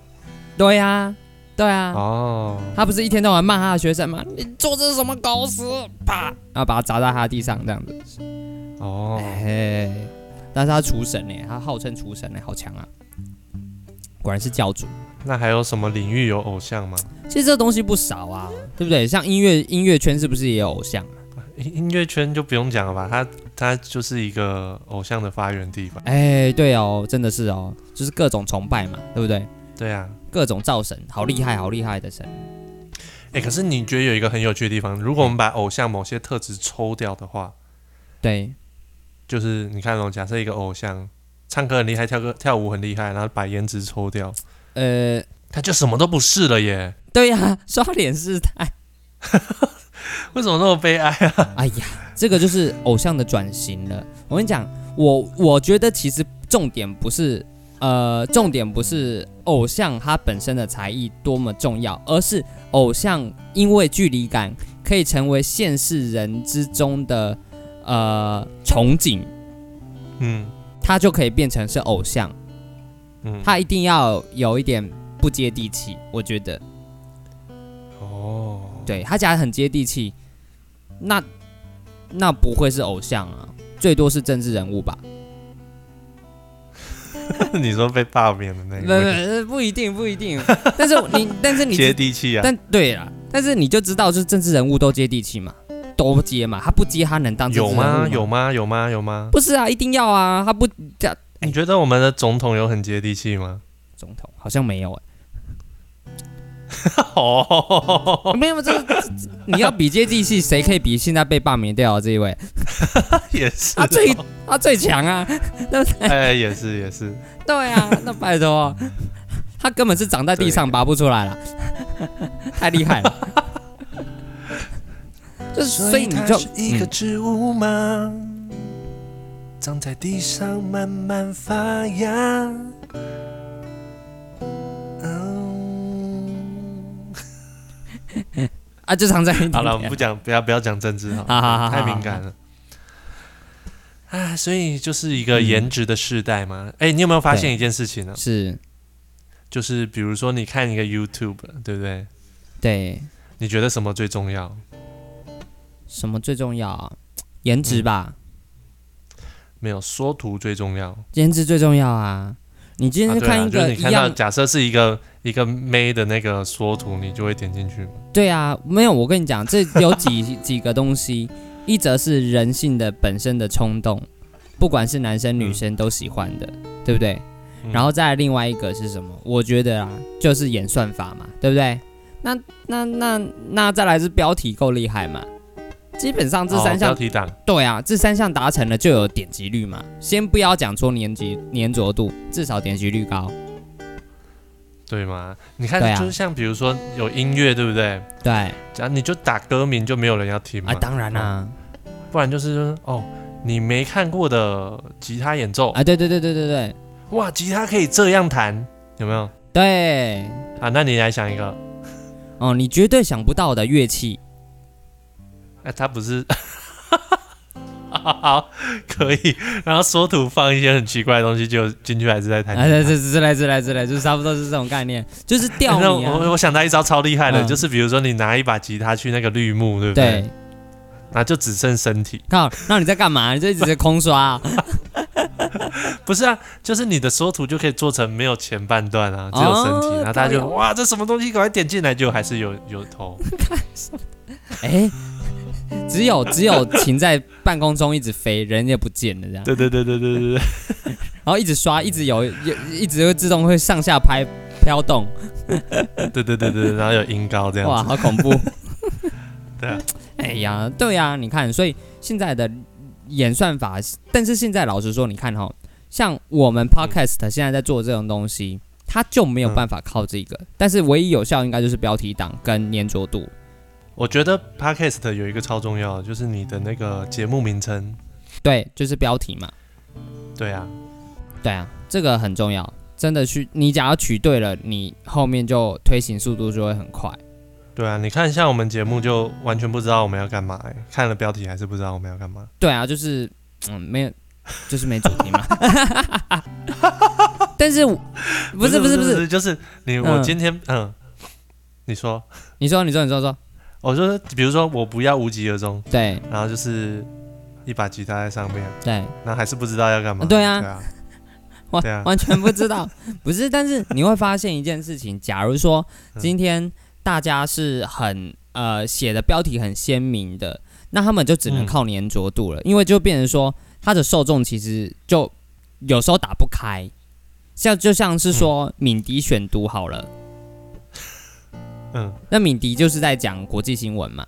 [SPEAKER 4] 对呀，对呀。
[SPEAKER 3] 哦，
[SPEAKER 4] 他不是一天到晚骂他的学生吗？你做这是什么狗屎！啪，然后把他砸在他的地上这样子。
[SPEAKER 3] 哦，
[SPEAKER 4] 哎，但是他厨神呢、他号称厨神呢、好强啊！果然是教主。
[SPEAKER 3] 那还有什么领域有偶像吗？
[SPEAKER 4] 其实这东西不少啊，对不对？像音乐音乐圈是不是也有偶像啊？
[SPEAKER 3] 音音乐圈就不用讲了吧，它它就是一个偶像的发源地吧。
[SPEAKER 4] 哎，对哦，真的是哦，就是各种崇拜嘛，对不对？
[SPEAKER 3] 对啊，
[SPEAKER 4] 各种造神，好厉害，好厉害的神。
[SPEAKER 3] 哎，可是你觉得有一个很有趣的地方，如果我们把偶像某些特质抽掉的话，
[SPEAKER 4] 对，
[SPEAKER 3] 就是你看哦，假设一个偶像唱歌很厉害，跳歌跳舞很厉害，然后把颜值抽掉，
[SPEAKER 4] 呃，
[SPEAKER 3] 他就什么都不是了耶。
[SPEAKER 4] [laughs] 对呀、刷脸是态。
[SPEAKER 3] 为什么那么悲哀 [laughs] 啊？
[SPEAKER 4] 哎呀，这个就是偶像的转型了。我跟你讲，我我觉得其实重点不是，呃，重点不是偶像他本身的才艺多么重要，而是偶像因为距离感可以成为现世人之中的呃憧憬，
[SPEAKER 3] 嗯
[SPEAKER 4] 他就可以变成是偶像。
[SPEAKER 3] 嗯，
[SPEAKER 4] 他一定要有一点不接地气，我觉得。
[SPEAKER 3] 哦， [laughs]
[SPEAKER 4] 对他假如很接地气，那那不会是偶像啊，最多是政治人物吧？
[SPEAKER 3] 你说被罢免的那
[SPEAKER 4] 不呃
[SPEAKER 3] 个
[SPEAKER 4] 不不一定不一定，但是你但是你
[SPEAKER 3] 接地气啊，
[SPEAKER 4] 但对啦，但是你就知道，就是政治人物都接地气嘛，都接嘛，他不接他能当政治
[SPEAKER 3] 有
[SPEAKER 4] 人物
[SPEAKER 3] 吗？有吗？有吗？有吗？
[SPEAKER 4] 不是啊，一定要啊，他不这样
[SPEAKER 3] 你觉得我们的总统有很接地气吗？ [laughs]
[SPEAKER 4] 总统好像没有哎、
[SPEAKER 3] 哦， [laughs]
[SPEAKER 4] 欸没有这个这这你要比接地气，谁可以比现在被罢免掉的啊这一位？
[SPEAKER 3] 也是
[SPEAKER 4] 他，最
[SPEAKER 3] 哦
[SPEAKER 4] 他最强啊！
[SPEAKER 3] [laughs] 哎，也是也是，
[SPEAKER 4] 对啊，那拜托，他根本是长在地上
[SPEAKER 3] 对
[SPEAKER 4] 拔不出来了，太厉 [laughs] 害了。就是所以你就
[SPEAKER 2] 一棵
[SPEAKER 4] 嗯
[SPEAKER 2] 植物吗？长在地上慢慢发芽。嗯，
[SPEAKER 4] 啊，就藏在一
[SPEAKER 3] 好了，我们不讲，不要不要讲政治好了，
[SPEAKER 4] 好好好好
[SPEAKER 3] 太敏感了。啊，所以就是一个颜值的世代嘛。哎、你有没有发现
[SPEAKER 4] 对
[SPEAKER 3] 一件事情呢、
[SPEAKER 4] 是
[SPEAKER 3] 就是比如说，你看一个 YouTube，对不对？
[SPEAKER 4] 对
[SPEAKER 3] 你觉得什么最重要？
[SPEAKER 4] 什么最重要啊？颜值吧，
[SPEAKER 3] 嗯没有，缩图最重要。
[SPEAKER 4] 颜值最重要啊！你今
[SPEAKER 3] 啊
[SPEAKER 4] 天
[SPEAKER 3] 对
[SPEAKER 4] 看
[SPEAKER 3] 啊，
[SPEAKER 4] 一
[SPEAKER 3] 就是
[SPEAKER 4] 个
[SPEAKER 3] 你
[SPEAKER 4] 一
[SPEAKER 3] 看到，
[SPEAKER 4] 样，
[SPEAKER 3] 假设是一个一个妹的那个缩图，你就会点进去嘛。
[SPEAKER 4] 对啊，没有，我跟你讲，
[SPEAKER 3] [laughs]
[SPEAKER 4] 这有几几个东西，一则是人性的本身的冲动，不管是男生女
[SPEAKER 3] 嗯
[SPEAKER 4] 生都喜欢的，对不对？
[SPEAKER 3] 嗯
[SPEAKER 4] 然后再来另外一个是什么？我觉得啊，就是演算法嘛，对不对？那那那那再来是标题够厉害嘛？基本上这
[SPEAKER 3] 哦
[SPEAKER 4] 三项、
[SPEAKER 3] 标题党，
[SPEAKER 4] 对啊，这三项达成了就有点击率嘛。先不要讲说粘集粘着度，至少点击率高。
[SPEAKER 3] 对吗？你看，
[SPEAKER 4] 对啊
[SPEAKER 3] 就是像比如说有音乐，对不对？
[SPEAKER 4] 对啊，
[SPEAKER 3] 假如你就打歌名，就没有人要听嘛。
[SPEAKER 4] 当然啦、啊，
[SPEAKER 3] 嗯不然就是哦，你没看过的吉他演奏，
[SPEAKER 4] 啊对对对对对对
[SPEAKER 3] 哇，吉他可以这样弹，有没有？
[SPEAKER 4] 对，
[SPEAKER 3] 啊，那你来想一个，
[SPEAKER 4] 哦，你绝对想不到的乐器，
[SPEAKER 3] 哎、他不是， [laughs] 好，可以，然后缩图放一些很奇怪的东西，就进去还是在弹。
[SPEAKER 4] 啊，这这这来这来这来，就是差不多是这种概念，就是
[SPEAKER 3] 哎 [laughs] 那
[SPEAKER 4] 吊你
[SPEAKER 3] 我
[SPEAKER 4] 啊，
[SPEAKER 3] 我我想到一招超厉害的，
[SPEAKER 4] 嗯
[SPEAKER 3] 就是比如说你拿一把吉他去那个绿幕，对不对？
[SPEAKER 4] 对。
[SPEAKER 3] 那就只剩身体，
[SPEAKER 4] 靠，那你在干嘛？你就一直在空刷、
[SPEAKER 3] [laughs]
[SPEAKER 4] 啊，
[SPEAKER 3] 不是啊，就是你的缩图就可以做成没有前半段啊，只有身体，
[SPEAKER 4] 哦
[SPEAKER 3] 然后大家
[SPEAKER 4] 漂
[SPEAKER 3] 就
[SPEAKER 4] 亮
[SPEAKER 3] 哇，这什么东西，赶快点进来，就还是有有头。
[SPEAKER 4] 哎、只有只有琴在半空中一直飞，人也不见了这样，
[SPEAKER 3] 对对对对对对对。
[SPEAKER 4] 然后一直刷，一直有，有一直会自动会上下拍飘动，
[SPEAKER 3] 对对对对，然后有音高这
[SPEAKER 4] 哇，
[SPEAKER 3] 样子，。
[SPEAKER 4] 好恐怖
[SPEAKER 3] 对啊，
[SPEAKER 4] 哎呀，对呀、你看，所以现在的演算法，但是现在老实说，你看哈、像我们 podcast 现在在做这种东西，它就没有办法靠这个，但是唯一有效应该就是标题党跟粘着度。
[SPEAKER 3] 我觉得 podcast 有一个超重要的，就是你的那个节目名称。
[SPEAKER 4] 对，就是标题嘛。
[SPEAKER 3] 对啊，
[SPEAKER 4] 对啊，这个很重要，真的去你只要取对了，你后面就推行速度就会很快。
[SPEAKER 3] 对啊，你看像我们节目就完全不知道我们要干嘛、欸，看了标题还是不知道我们要干嘛。
[SPEAKER 4] 对啊，就是嗯，没有，就是没主 [laughs] 题嘛。但是我不是不是不是，，
[SPEAKER 3] 就是你我今天嗯，你说，
[SPEAKER 4] 你说你说你说说，
[SPEAKER 3] 我说比如说我不要无疾而终，
[SPEAKER 4] 对
[SPEAKER 3] 然后就是一把吉他在上面，
[SPEAKER 4] 对，
[SPEAKER 3] 然后还是不知道要干
[SPEAKER 4] 啊
[SPEAKER 3] 嘛。
[SPEAKER 4] 对啊
[SPEAKER 3] 对啊，
[SPEAKER 4] 完、
[SPEAKER 3] 对啊
[SPEAKER 4] 完全不知
[SPEAKER 3] [laughs]
[SPEAKER 4] 道，不是。但是你会发现一件事情，假如说
[SPEAKER 3] 嗯
[SPEAKER 4] 今天大家是很呃写的标题很鲜明的，那他们就只能
[SPEAKER 3] 嗯
[SPEAKER 4] 靠粘着度了，因为就变成说他的受众其实就有时候打不开，像就像是说敏迪选读好了，
[SPEAKER 3] 嗯，
[SPEAKER 4] 那敏迪就是在讲国际新闻嘛，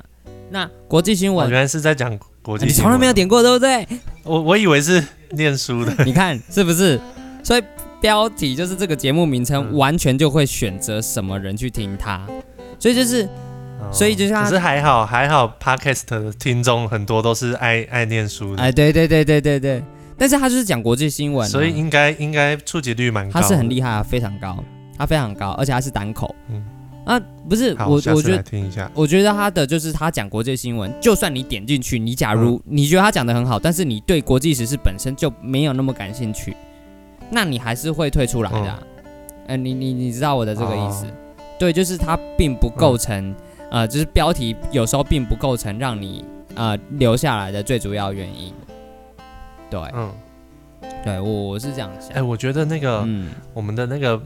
[SPEAKER 4] 那国际新
[SPEAKER 3] 我
[SPEAKER 4] 闻
[SPEAKER 3] 原来是在讲哦国际
[SPEAKER 4] 啊你
[SPEAKER 3] 新
[SPEAKER 4] 从来
[SPEAKER 3] 闻
[SPEAKER 4] 没有点过，对不对？
[SPEAKER 3] 我我以为是念书
[SPEAKER 4] [laughs]
[SPEAKER 3] [laughs] 的，
[SPEAKER 4] 你看是不是？所以标题就是这个节目名称，
[SPEAKER 3] 嗯
[SPEAKER 4] 完全就会选择什么人去听它。所以就是
[SPEAKER 3] 哦
[SPEAKER 4] 所以就像
[SPEAKER 3] 可是还好还好，Podcast 的听众很多都是爱爱念书的，
[SPEAKER 4] 哎，对对对对对对，但是他就是讲国际新闻、啊，
[SPEAKER 3] 所以应该应该触及率蛮高
[SPEAKER 4] 他
[SPEAKER 3] 的，
[SPEAKER 4] 是很厉害啊，非常高，他非常高，而且他是单口。
[SPEAKER 3] 嗯
[SPEAKER 4] 啊，不是
[SPEAKER 3] 好
[SPEAKER 4] 我，
[SPEAKER 3] 下
[SPEAKER 4] 我
[SPEAKER 3] 次
[SPEAKER 4] 觉
[SPEAKER 3] 来
[SPEAKER 4] 得。
[SPEAKER 3] 听一下，
[SPEAKER 4] 我觉得他的就是他讲国际新闻，就算你点进去，你假如
[SPEAKER 3] 嗯
[SPEAKER 4] 你觉得他讲的很好，但是你对国际时事本身就没有那么感兴趣，那你还是会退出来的啊、呃，你你你知道我的这个意思？
[SPEAKER 3] 嗯哦
[SPEAKER 4] 对，就是它并不构成，呃，就是标题有时候并不构成让你呃留下来的最主要原因。对，
[SPEAKER 3] 嗯，
[SPEAKER 4] 对我我是这样
[SPEAKER 3] 哎、
[SPEAKER 4] 想。
[SPEAKER 3] 我觉得那个、
[SPEAKER 4] 嗯，
[SPEAKER 3] 我们的那个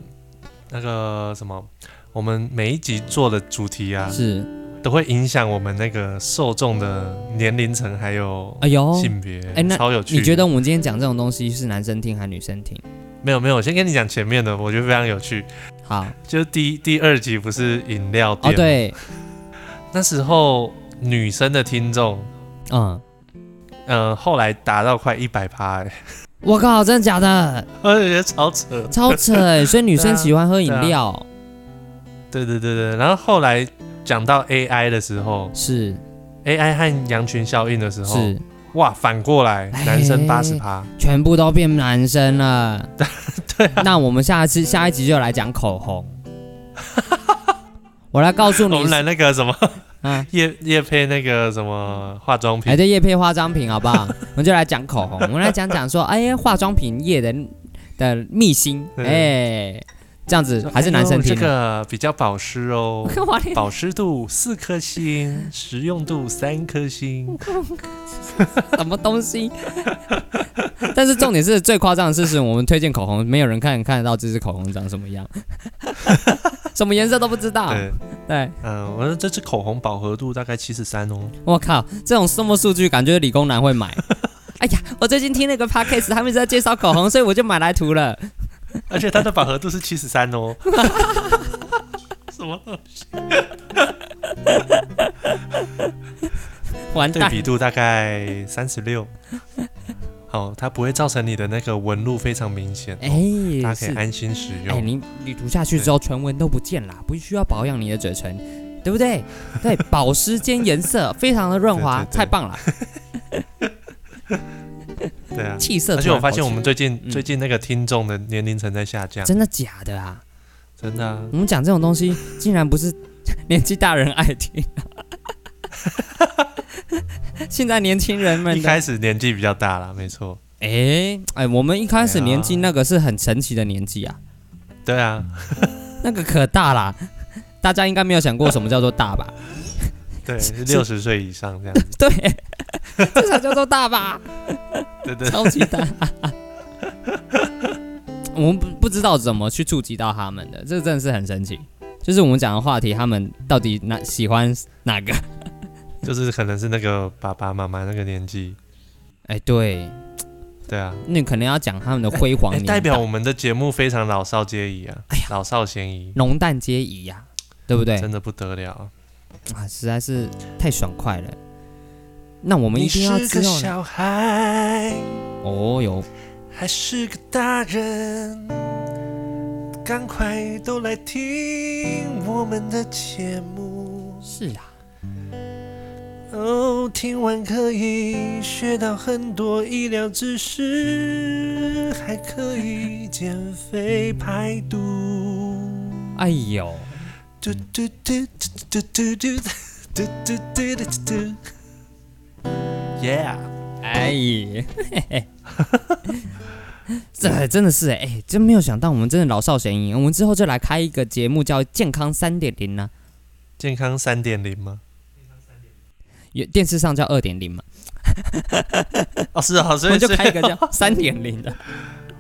[SPEAKER 3] 那个什么，我们每一集做的主题啊，
[SPEAKER 4] 是，
[SPEAKER 3] 都会影响我们那个受众的年龄层还有
[SPEAKER 4] 哎呦，
[SPEAKER 3] 性别，
[SPEAKER 4] 哎那
[SPEAKER 3] 超有趣。
[SPEAKER 4] 你觉得我们今天讲这种东西是男生听还是女生听？
[SPEAKER 3] 没有没有，我先跟你讲前面的，我觉得非常有趣。
[SPEAKER 4] 好，
[SPEAKER 3] 就是第第二集不是饮料
[SPEAKER 4] 哦
[SPEAKER 3] 店，，
[SPEAKER 4] 对，
[SPEAKER 3] 那时候女生的听众，
[SPEAKER 4] 嗯，
[SPEAKER 3] 呃，后来达到快一百趴，哎，
[SPEAKER 4] 我靠，真的假的？
[SPEAKER 3] 我觉得超扯。
[SPEAKER 4] 超扯哎！所以女生喜欢喝饮
[SPEAKER 3] [laughs] 对啊
[SPEAKER 4] 料，
[SPEAKER 3] 对对对对，然后后来讲到 AI 的时候
[SPEAKER 4] 是
[SPEAKER 3] ，AI 和羊群效应的时候，
[SPEAKER 4] 是，
[SPEAKER 3] 哇，反过来
[SPEAKER 4] 哎
[SPEAKER 3] 男生八十趴，
[SPEAKER 4] 全部都变男生了。对、
[SPEAKER 3] 啊
[SPEAKER 4] 那我们下次下一集就来讲口红。我来告诉
[SPEAKER 3] 我
[SPEAKER 4] 你
[SPEAKER 3] 们，来那个什么
[SPEAKER 4] 嗯，
[SPEAKER 3] 叶叶配那个什么化妆
[SPEAKER 4] 来
[SPEAKER 3] 品，
[SPEAKER 4] 哎这叶配化妆品好不好？我们就来讲口红，我们来讲讲说，哎，化妆品业的的秘辛，
[SPEAKER 3] 嗯
[SPEAKER 4] 哎，这样子还是男生
[SPEAKER 3] 哎呦
[SPEAKER 4] 听啊
[SPEAKER 3] 这
[SPEAKER 4] 的。。
[SPEAKER 3] 个比较保湿
[SPEAKER 1] [laughs]
[SPEAKER 3] 哦
[SPEAKER 4] 我的
[SPEAKER 3] 保湿度四颗星，实用度三颗星。
[SPEAKER 4] 什么东西？但是重点是最夸张的事是，我们推荐口红，没有人看看得到这支口红长什么
[SPEAKER 3] [laughs]
[SPEAKER 4] 样，什么颜色都不知道。
[SPEAKER 3] 对，
[SPEAKER 4] 对，
[SPEAKER 3] 嗯，我说这支口红饱和度大概七十三哦。
[SPEAKER 4] 我靠，这种什么数据感觉理工男会
[SPEAKER 3] [laughs]
[SPEAKER 4] 买。哎呀，我最近听那个 podcast，他们一直在介绍口红，所以我就买来涂了。
[SPEAKER 3] 而且它的饱和度是七十三
[SPEAKER 4] [laughs]
[SPEAKER 3] 哦。什么东西？
[SPEAKER 4] 完
[SPEAKER 3] 对
[SPEAKER 4] 蛋，
[SPEAKER 3] 比度大概三十六。好，它不会造成你的那个纹路非常明显，
[SPEAKER 4] 哎、
[SPEAKER 3] 大家可
[SPEAKER 4] 是
[SPEAKER 3] 以，安心使
[SPEAKER 4] 哎、
[SPEAKER 3] 用。
[SPEAKER 4] 你你涂下去之后，唇纹都不见啦，不需要保养你的嘴唇，对不
[SPEAKER 3] [laughs]
[SPEAKER 4] 对？对，保湿兼颜色，非常的润滑，
[SPEAKER 3] 对对对
[SPEAKER 4] 太棒了，
[SPEAKER 3] 对啊，
[SPEAKER 4] 气色。
[SPEAKER 3] 而且我发现我们最近
[SPEAKER 4] 嗯
[SPEAKER 3] 最近那个听众的年龄层在下降，
[SPEAKER 4] 真的假的啊？
[SPEAKER 3] 真的啊。
[SPEAKER 4] 我们讲这种东西，竟然不是 [laughs] 年纪大人爱听、 [laughs] 现在年轻人们
[SPEAKER 3] 一
[SPEAKER 4] 的
[SPEAKER 3] 开始年纪比较大啦，没错。
[SPEAKER 4] 哎、哎，我们一开始年纪
[SPEAKER 3] 对啊
[SPEAKER 4] 那个是很神奇的年纪啊，
[SPEAKER 3] 对啊，
[SPEAKER 4] 那个可大啦，大家应该没有想过什么叫做大吧？ [laughs]
[SPEAKER 3] 对，六十岁以上这样子。 [laughs]
[SPEAKER 4] 对，这才叫做大吧，
[SPEAKER 3] 对对，
[SPEAKER 4] 超级大。 [laughs] 我们不不知道怎么去触及到他们的，这真的是很神奇。就是我们讲的话题，他们到底哪喜欢哪个？
[SPEAKER 3] 就是可能是那个爸爸妈妈那个年纪。
[SPEAKER 4] 哎、对，
[SPEAKER 3] 对啊，
[SPEAKER 4] 那可能要讲他们的辉煌
[SPEAKER 3] 哎，
[SPEAKER 4] 哦年代、哎
[SPEAKER 3] 代表我们的节目非常老少皆宜啊，老少咸宜，
[SPEAKER 4] 浓淡皆宜呀、对不对？
[SPEAKER 3] 真的不得了啊。
[SPEAKER 4] 啊，实在是太爽快了。那我
[SPEAKER 3] 我
[SPEAKER 4] 们一定要
[SPEAKER 3] 是
[SPEAKER 4] 之
[SPEAKER 3] 个
[SPEAKER 4] 后呢
[SPEAKER 3] 小孩，
[SPEAKER 4] 哦哟，
[SPEAKER 3] 还是个大人，赶快都来听我们的节目
[SPEAKER 4] 是啊，
[SPEAKER 3] 哦，听完可以学到很多医疗知识，还可以减肥排毒。
[SPEAKER 4] 哎呦，
[SPEAKER 3] 嘟嘟嘟嘟嘟嘟嘟嘟嘟嘟嘟嘟嘟，Yeah，
[SPEAKER 4] 哎， [laughs] 这真的是哎、真没有想到我们真的老少咸宜。我们之后就来开一个节目叫《健康三点零》啊呢，
[SPEAKER 3] 健康三点零吗？ [laughs]
[SPEAKER 4] 有电视上叫二点零嘛，
[SPEAKER 3] 哦，是啊，
[SPEAKER 4] 我
[SPEAKER 3] 所以
[SPEAKER 4] 们就
[SPEAKER 3] 所以 [laughs]
[SPEAKER 4] 开一个叫三点零的。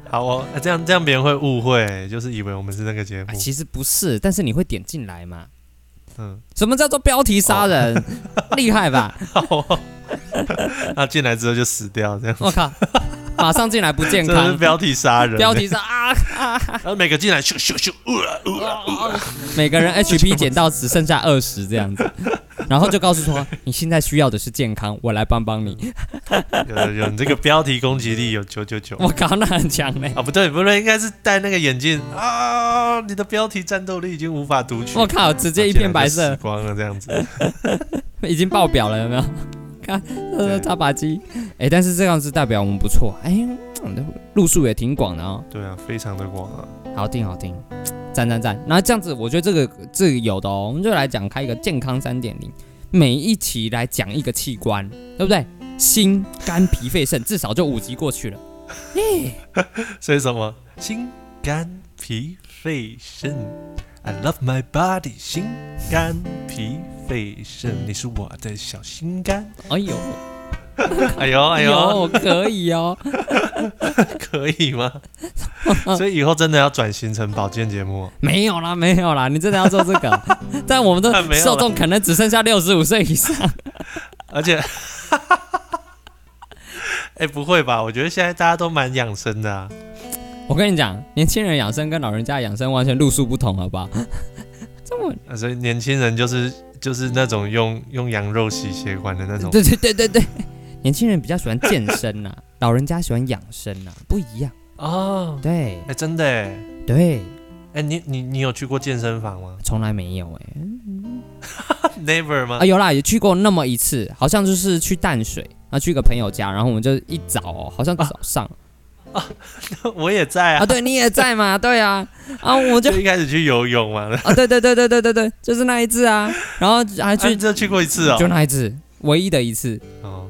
[SPEAKER 3] 好哦，这样这样别人会误会，就是以为我们是那个节目
[SPEAKER 4] 啊，。其实不是，但是你会点进来嘛？
[SPEAKER 3] 嗯，
[SPEAKER 4] 什么叫做标题杀人？厉害吧？
[SPEAKER 3] [laughs] 好哦， [laughs] 那进来之后就死掉，这样
[SPEAKER 4] 我
[SPEAKER 3] [laughs]
[SPEAKER 4] 靠，马上进来不健
[SPEAKER 3] 这是
[SPEAKER 4] 康，
[SPEAKER 3] 标题杀人。欸
[SPEAKER 4] 标，题杀啊！
[SPEAKER 3] 然后每个进来咻咻咻，呃呃， [laughs]
[SPEAKER 4] 每个人 HP 减到只剩下二十这样子，然后就告诉说你现在需要的是健康，我来帮帮
[SPEAKER 3] [laughs]
[SPEAKER 4] 你。
[SPEAKER 3] 呃有有，你这个标题攻击力有九九九。
[SPEAKER 4] 我靠，那很强欸嘞、
[SPEAKER 3] 啊，不对，不对，应该是戴那个眼镜啊！你的标题战斗力已经无法读取，啊
[SPEAKER 4] 我靠，直接一片白
[SPEAKER 3] 竟
[SPEAKER 4] 色
[SPEAKER 3] 然 [laughs] 就死，光了这样子。
[SPEAKER 4] 已经爆表了，有没有？看，呃，
[SPEAKER 3] 对
[SPEAKER 4] 大把鸡，哎、但是这样子代表我们不错，哎、嗯路数也挺广的哦，
[SPEAKER 3] 对啊，非常的广啊。
[SPEAKER 4] 好听好听，赞赞赞。那这样子，我觉得这个这个有的哦，我们就来讲开一个健康三点零，每一题来讲一个器官，对不对？心、肝、脾、肺、肾，至少就五级过去了。
[SPEAKER 3] 所以什么心肝脾肺肾，I love my body，心肝脾肺肾，你是我的小心肝。 [laughs]
[SPEAKER 4] 哎呦，
[SPEAKER 3] 哎呦哎呦，
[SPEAKER 4] 呦，可以哦。 [laughs]
[SPEAKER 3] 可以吗？ [laughs] 所以以后真的要转型成保健节目，啊
[SPEAKER 4] 没有啦，没有啦，你真的要做这个？ [laughs] 但我们的
[SPEAKER 3] [laughs] 没有啦
[SPEAKER 4] 受众可能只剩下六十五岁以上。
[SPEAKER 3] 而且。 [laughs] 哎、不会吧？我觉得现在大家都蛮养生的啊。
[SPEAKER 4] 我跟你讲，年轻人养生跟老人家养生完全路数不同，好不好？这么
[SPEAKER 3] 啊，所以年轻人就是就是那种用用羊肉洗血管的那种，
[SPEAKER 4] 对对对对对，年轻人比较喜欢健身呐、 [laughs] 老人家喜欢养生呐、啊不一样。
[SPEAKER 3] 哦，
[SPEAKER 4] 对
[SPEAKER 3] 哎、真的哎，
[SPEAKER 4] 对，
[SPEAKER 3] 哎、你你你有去过健身房吗
[SPEAKER 4] 从来没有哎、
[SPEAKER 3] [laughs] ？Never 吗
[SPEAKER 4] 啊？有啦，也去过那么一次，好像就是去淡水，然后去一个朋友家，然后我们就一早、哦、好像早上
[SPEAKER 3] 我也在
[SPEAKER 4] 啊
[SPEAKER 3] 啊，
[SPEAKER 4] 对你也在嘛， [laughs] 对啊，啊我
[SPEAKER 3] [laughs]
[SPEAKER 4] 就
[SPEAKER 3] 就一开始去游泳嘛，
[SPEAKER 4] 啊对对对对对对对，就是那一次啊，然后还
[SPEAKER 3] 去 [laughs]
[SPEAKER 4] 去、
[SPEAKER 3] 啊就去过一次
[SPEAKER 4] 就
[SPEAKER 3] 哦。
[SPEAKER 4] 那一次，唯一的一次，
[SPEAKER 3] 哦，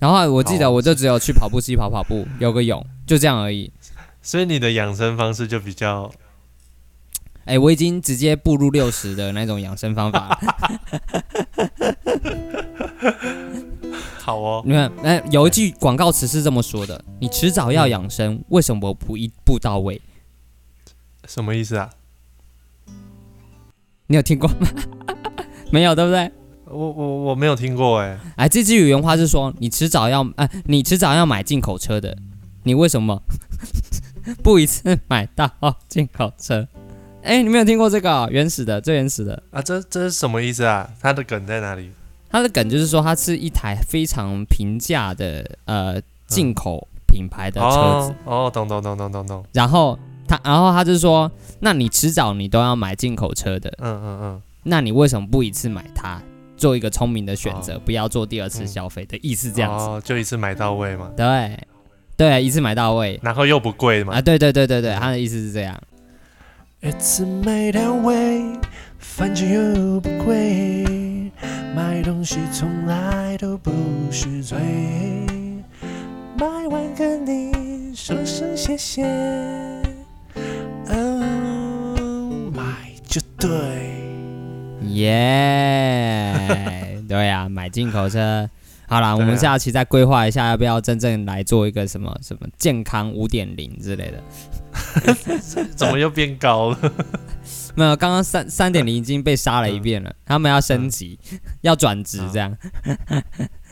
[SPEAKER 4] 然后我记
[SPEAKER 3] 好
[SPEAKER 4] 得我就只有去跑步机跑跑步，游个泳，就这样而已。
[SPEAKER 3] 所以你的养生方式就比较
[SPEAKER 4] 哎、我已经直接步入六十的那种养生方法了。
[SPEAKER 3] 好哦。
[SPEAKER 4] 你看，哎、有一句广告词是这么说的：你迟早要养生，为什么不一步到位？
[SPEAKER 3] 什么意思啊？
[SPEAKER 4] 你有听过
[SPEAKER 3] [laughs]
[SPEAKER 4] 吗？没有，对不对？
[SPEAKER 3] 我我我没有听过哎，
[SPEAKER 4] 哎，这句原话是说，你迟早要，哎、你迟早要买进口车的，你为什么 [laughs] 不一次买到进口车？哎，你没有听过这个哦、原始的，最原始的。
[SPEAKER 3] 啊，这这是什么意思啊？它的梗在哪里？
[SPEAKER 4] 它的梗就是说，它是一台非常平价的呃进口品牌的车子，
[SPEAKER 3] 嗯哦哦，懂懂懂懂懂懂，
[SPEAKER 4] 然后他，然后他就说，那你迟早你都要买进口车的，
[SPEAKER 3] 嗯嗯嗯，
[SPEAKER 4] 那你为什么不一次买它，做一个聪明的选择，不要做第二次
[SPEAKER 3] 哦嗯
[SPEAKER 4] 消费的意思？这样子，
[SPEAKER 3] 哦，就一次买到位嘛，
[SPEAKER 4] 对，对，一次买到位
[SPEAKER 3] 然后又不贵嘛
[SPEAKER 4] 啊，，对对对对对，他的意思是这样。
[SPEAKER 2] It's my that way，反正又不贵，买东西从来都不是罪。买完跟你说声谢谢，嗯，买就对。
[SPEAKER 4] 耶、对呀、买进口车。好
[SPEAKER 3] 啊
[SPEAKER 4] 啦，我们下期再规划一下，要不要真正来做一个什么什么健康五点零之类的。
[SPEAKER 3] 怎么又变
[SPEAKER 4] [laughs]
[SPEAKER 3] 高了？
[SPEAKER 4] 没有，刚刚三三点零已经被杀了一遍
[SPEAKER 3] 嗯
[SPEAKER 4] 了，他们要升级， [laughs] 要转职这样。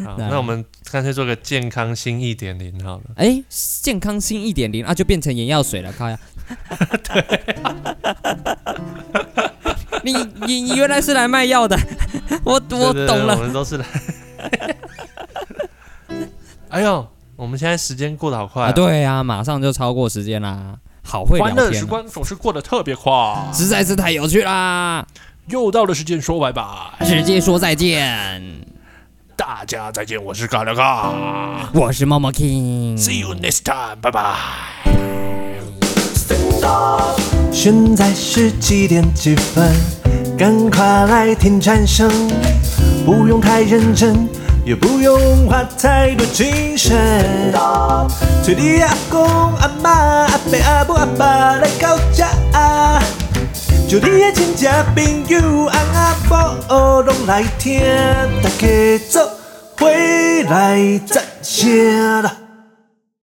[SPEAKER 3] 好，
[SPEAKER 4] 那
[SPEAKER 3] 那我们干脆做个健康新一点零好
[SPEAKER 4] [laughs]
[SPEAKER 3] 了。
[SPEAKER 4] 哎，健康新一点零啊，就变成眼药水了，靠
[SPEAKER 3] [laughs]
[SPEAKER 4] 呀！对，你你你原来是来卖药的，我我
[SPEAKER 3] 对对对
[SPEAKER 4] 懂啊
[SPEAKER 3] 我
[SPEAKER 4] 了。
[SPEAKER 3] 们都是来。 [laughs] 哎呦，我们现在时间过得好快
[SPEAKER 4] 啊，对呀、马上就超过时间啦，好会
[SPEAKER 3] 欢
[SPEAKER 4] 聊
[SPEAKER 3] 乐
[SPEAKER 4] 天
[SPEAKER 3] 时
[SPEAKER 4] 哦，
[SPEAKER 3] 光总是过得特别快。
[SPEAKER 4] 实在是太有趣啦！
[SPEAKER 3] 又到了时间说拜拜，
[SPEAKER 4] 直接说再见，
[SPEAKER 3] 啊大家再见，我是嘎啦嘎
[SPEAKER 4] 我是猫猫 king，
[SPEAKER 3] ，See you next time，拜拜。
[SPEAKER 2] 现在是几点几分？赶快来听蝉声，不用太认真，也不用花太多精神。催你阿公阿妈阿伯阿母阿爸来到家，就你的亲戚朋友阿阿婆拢来听，大家做回来赞声啦。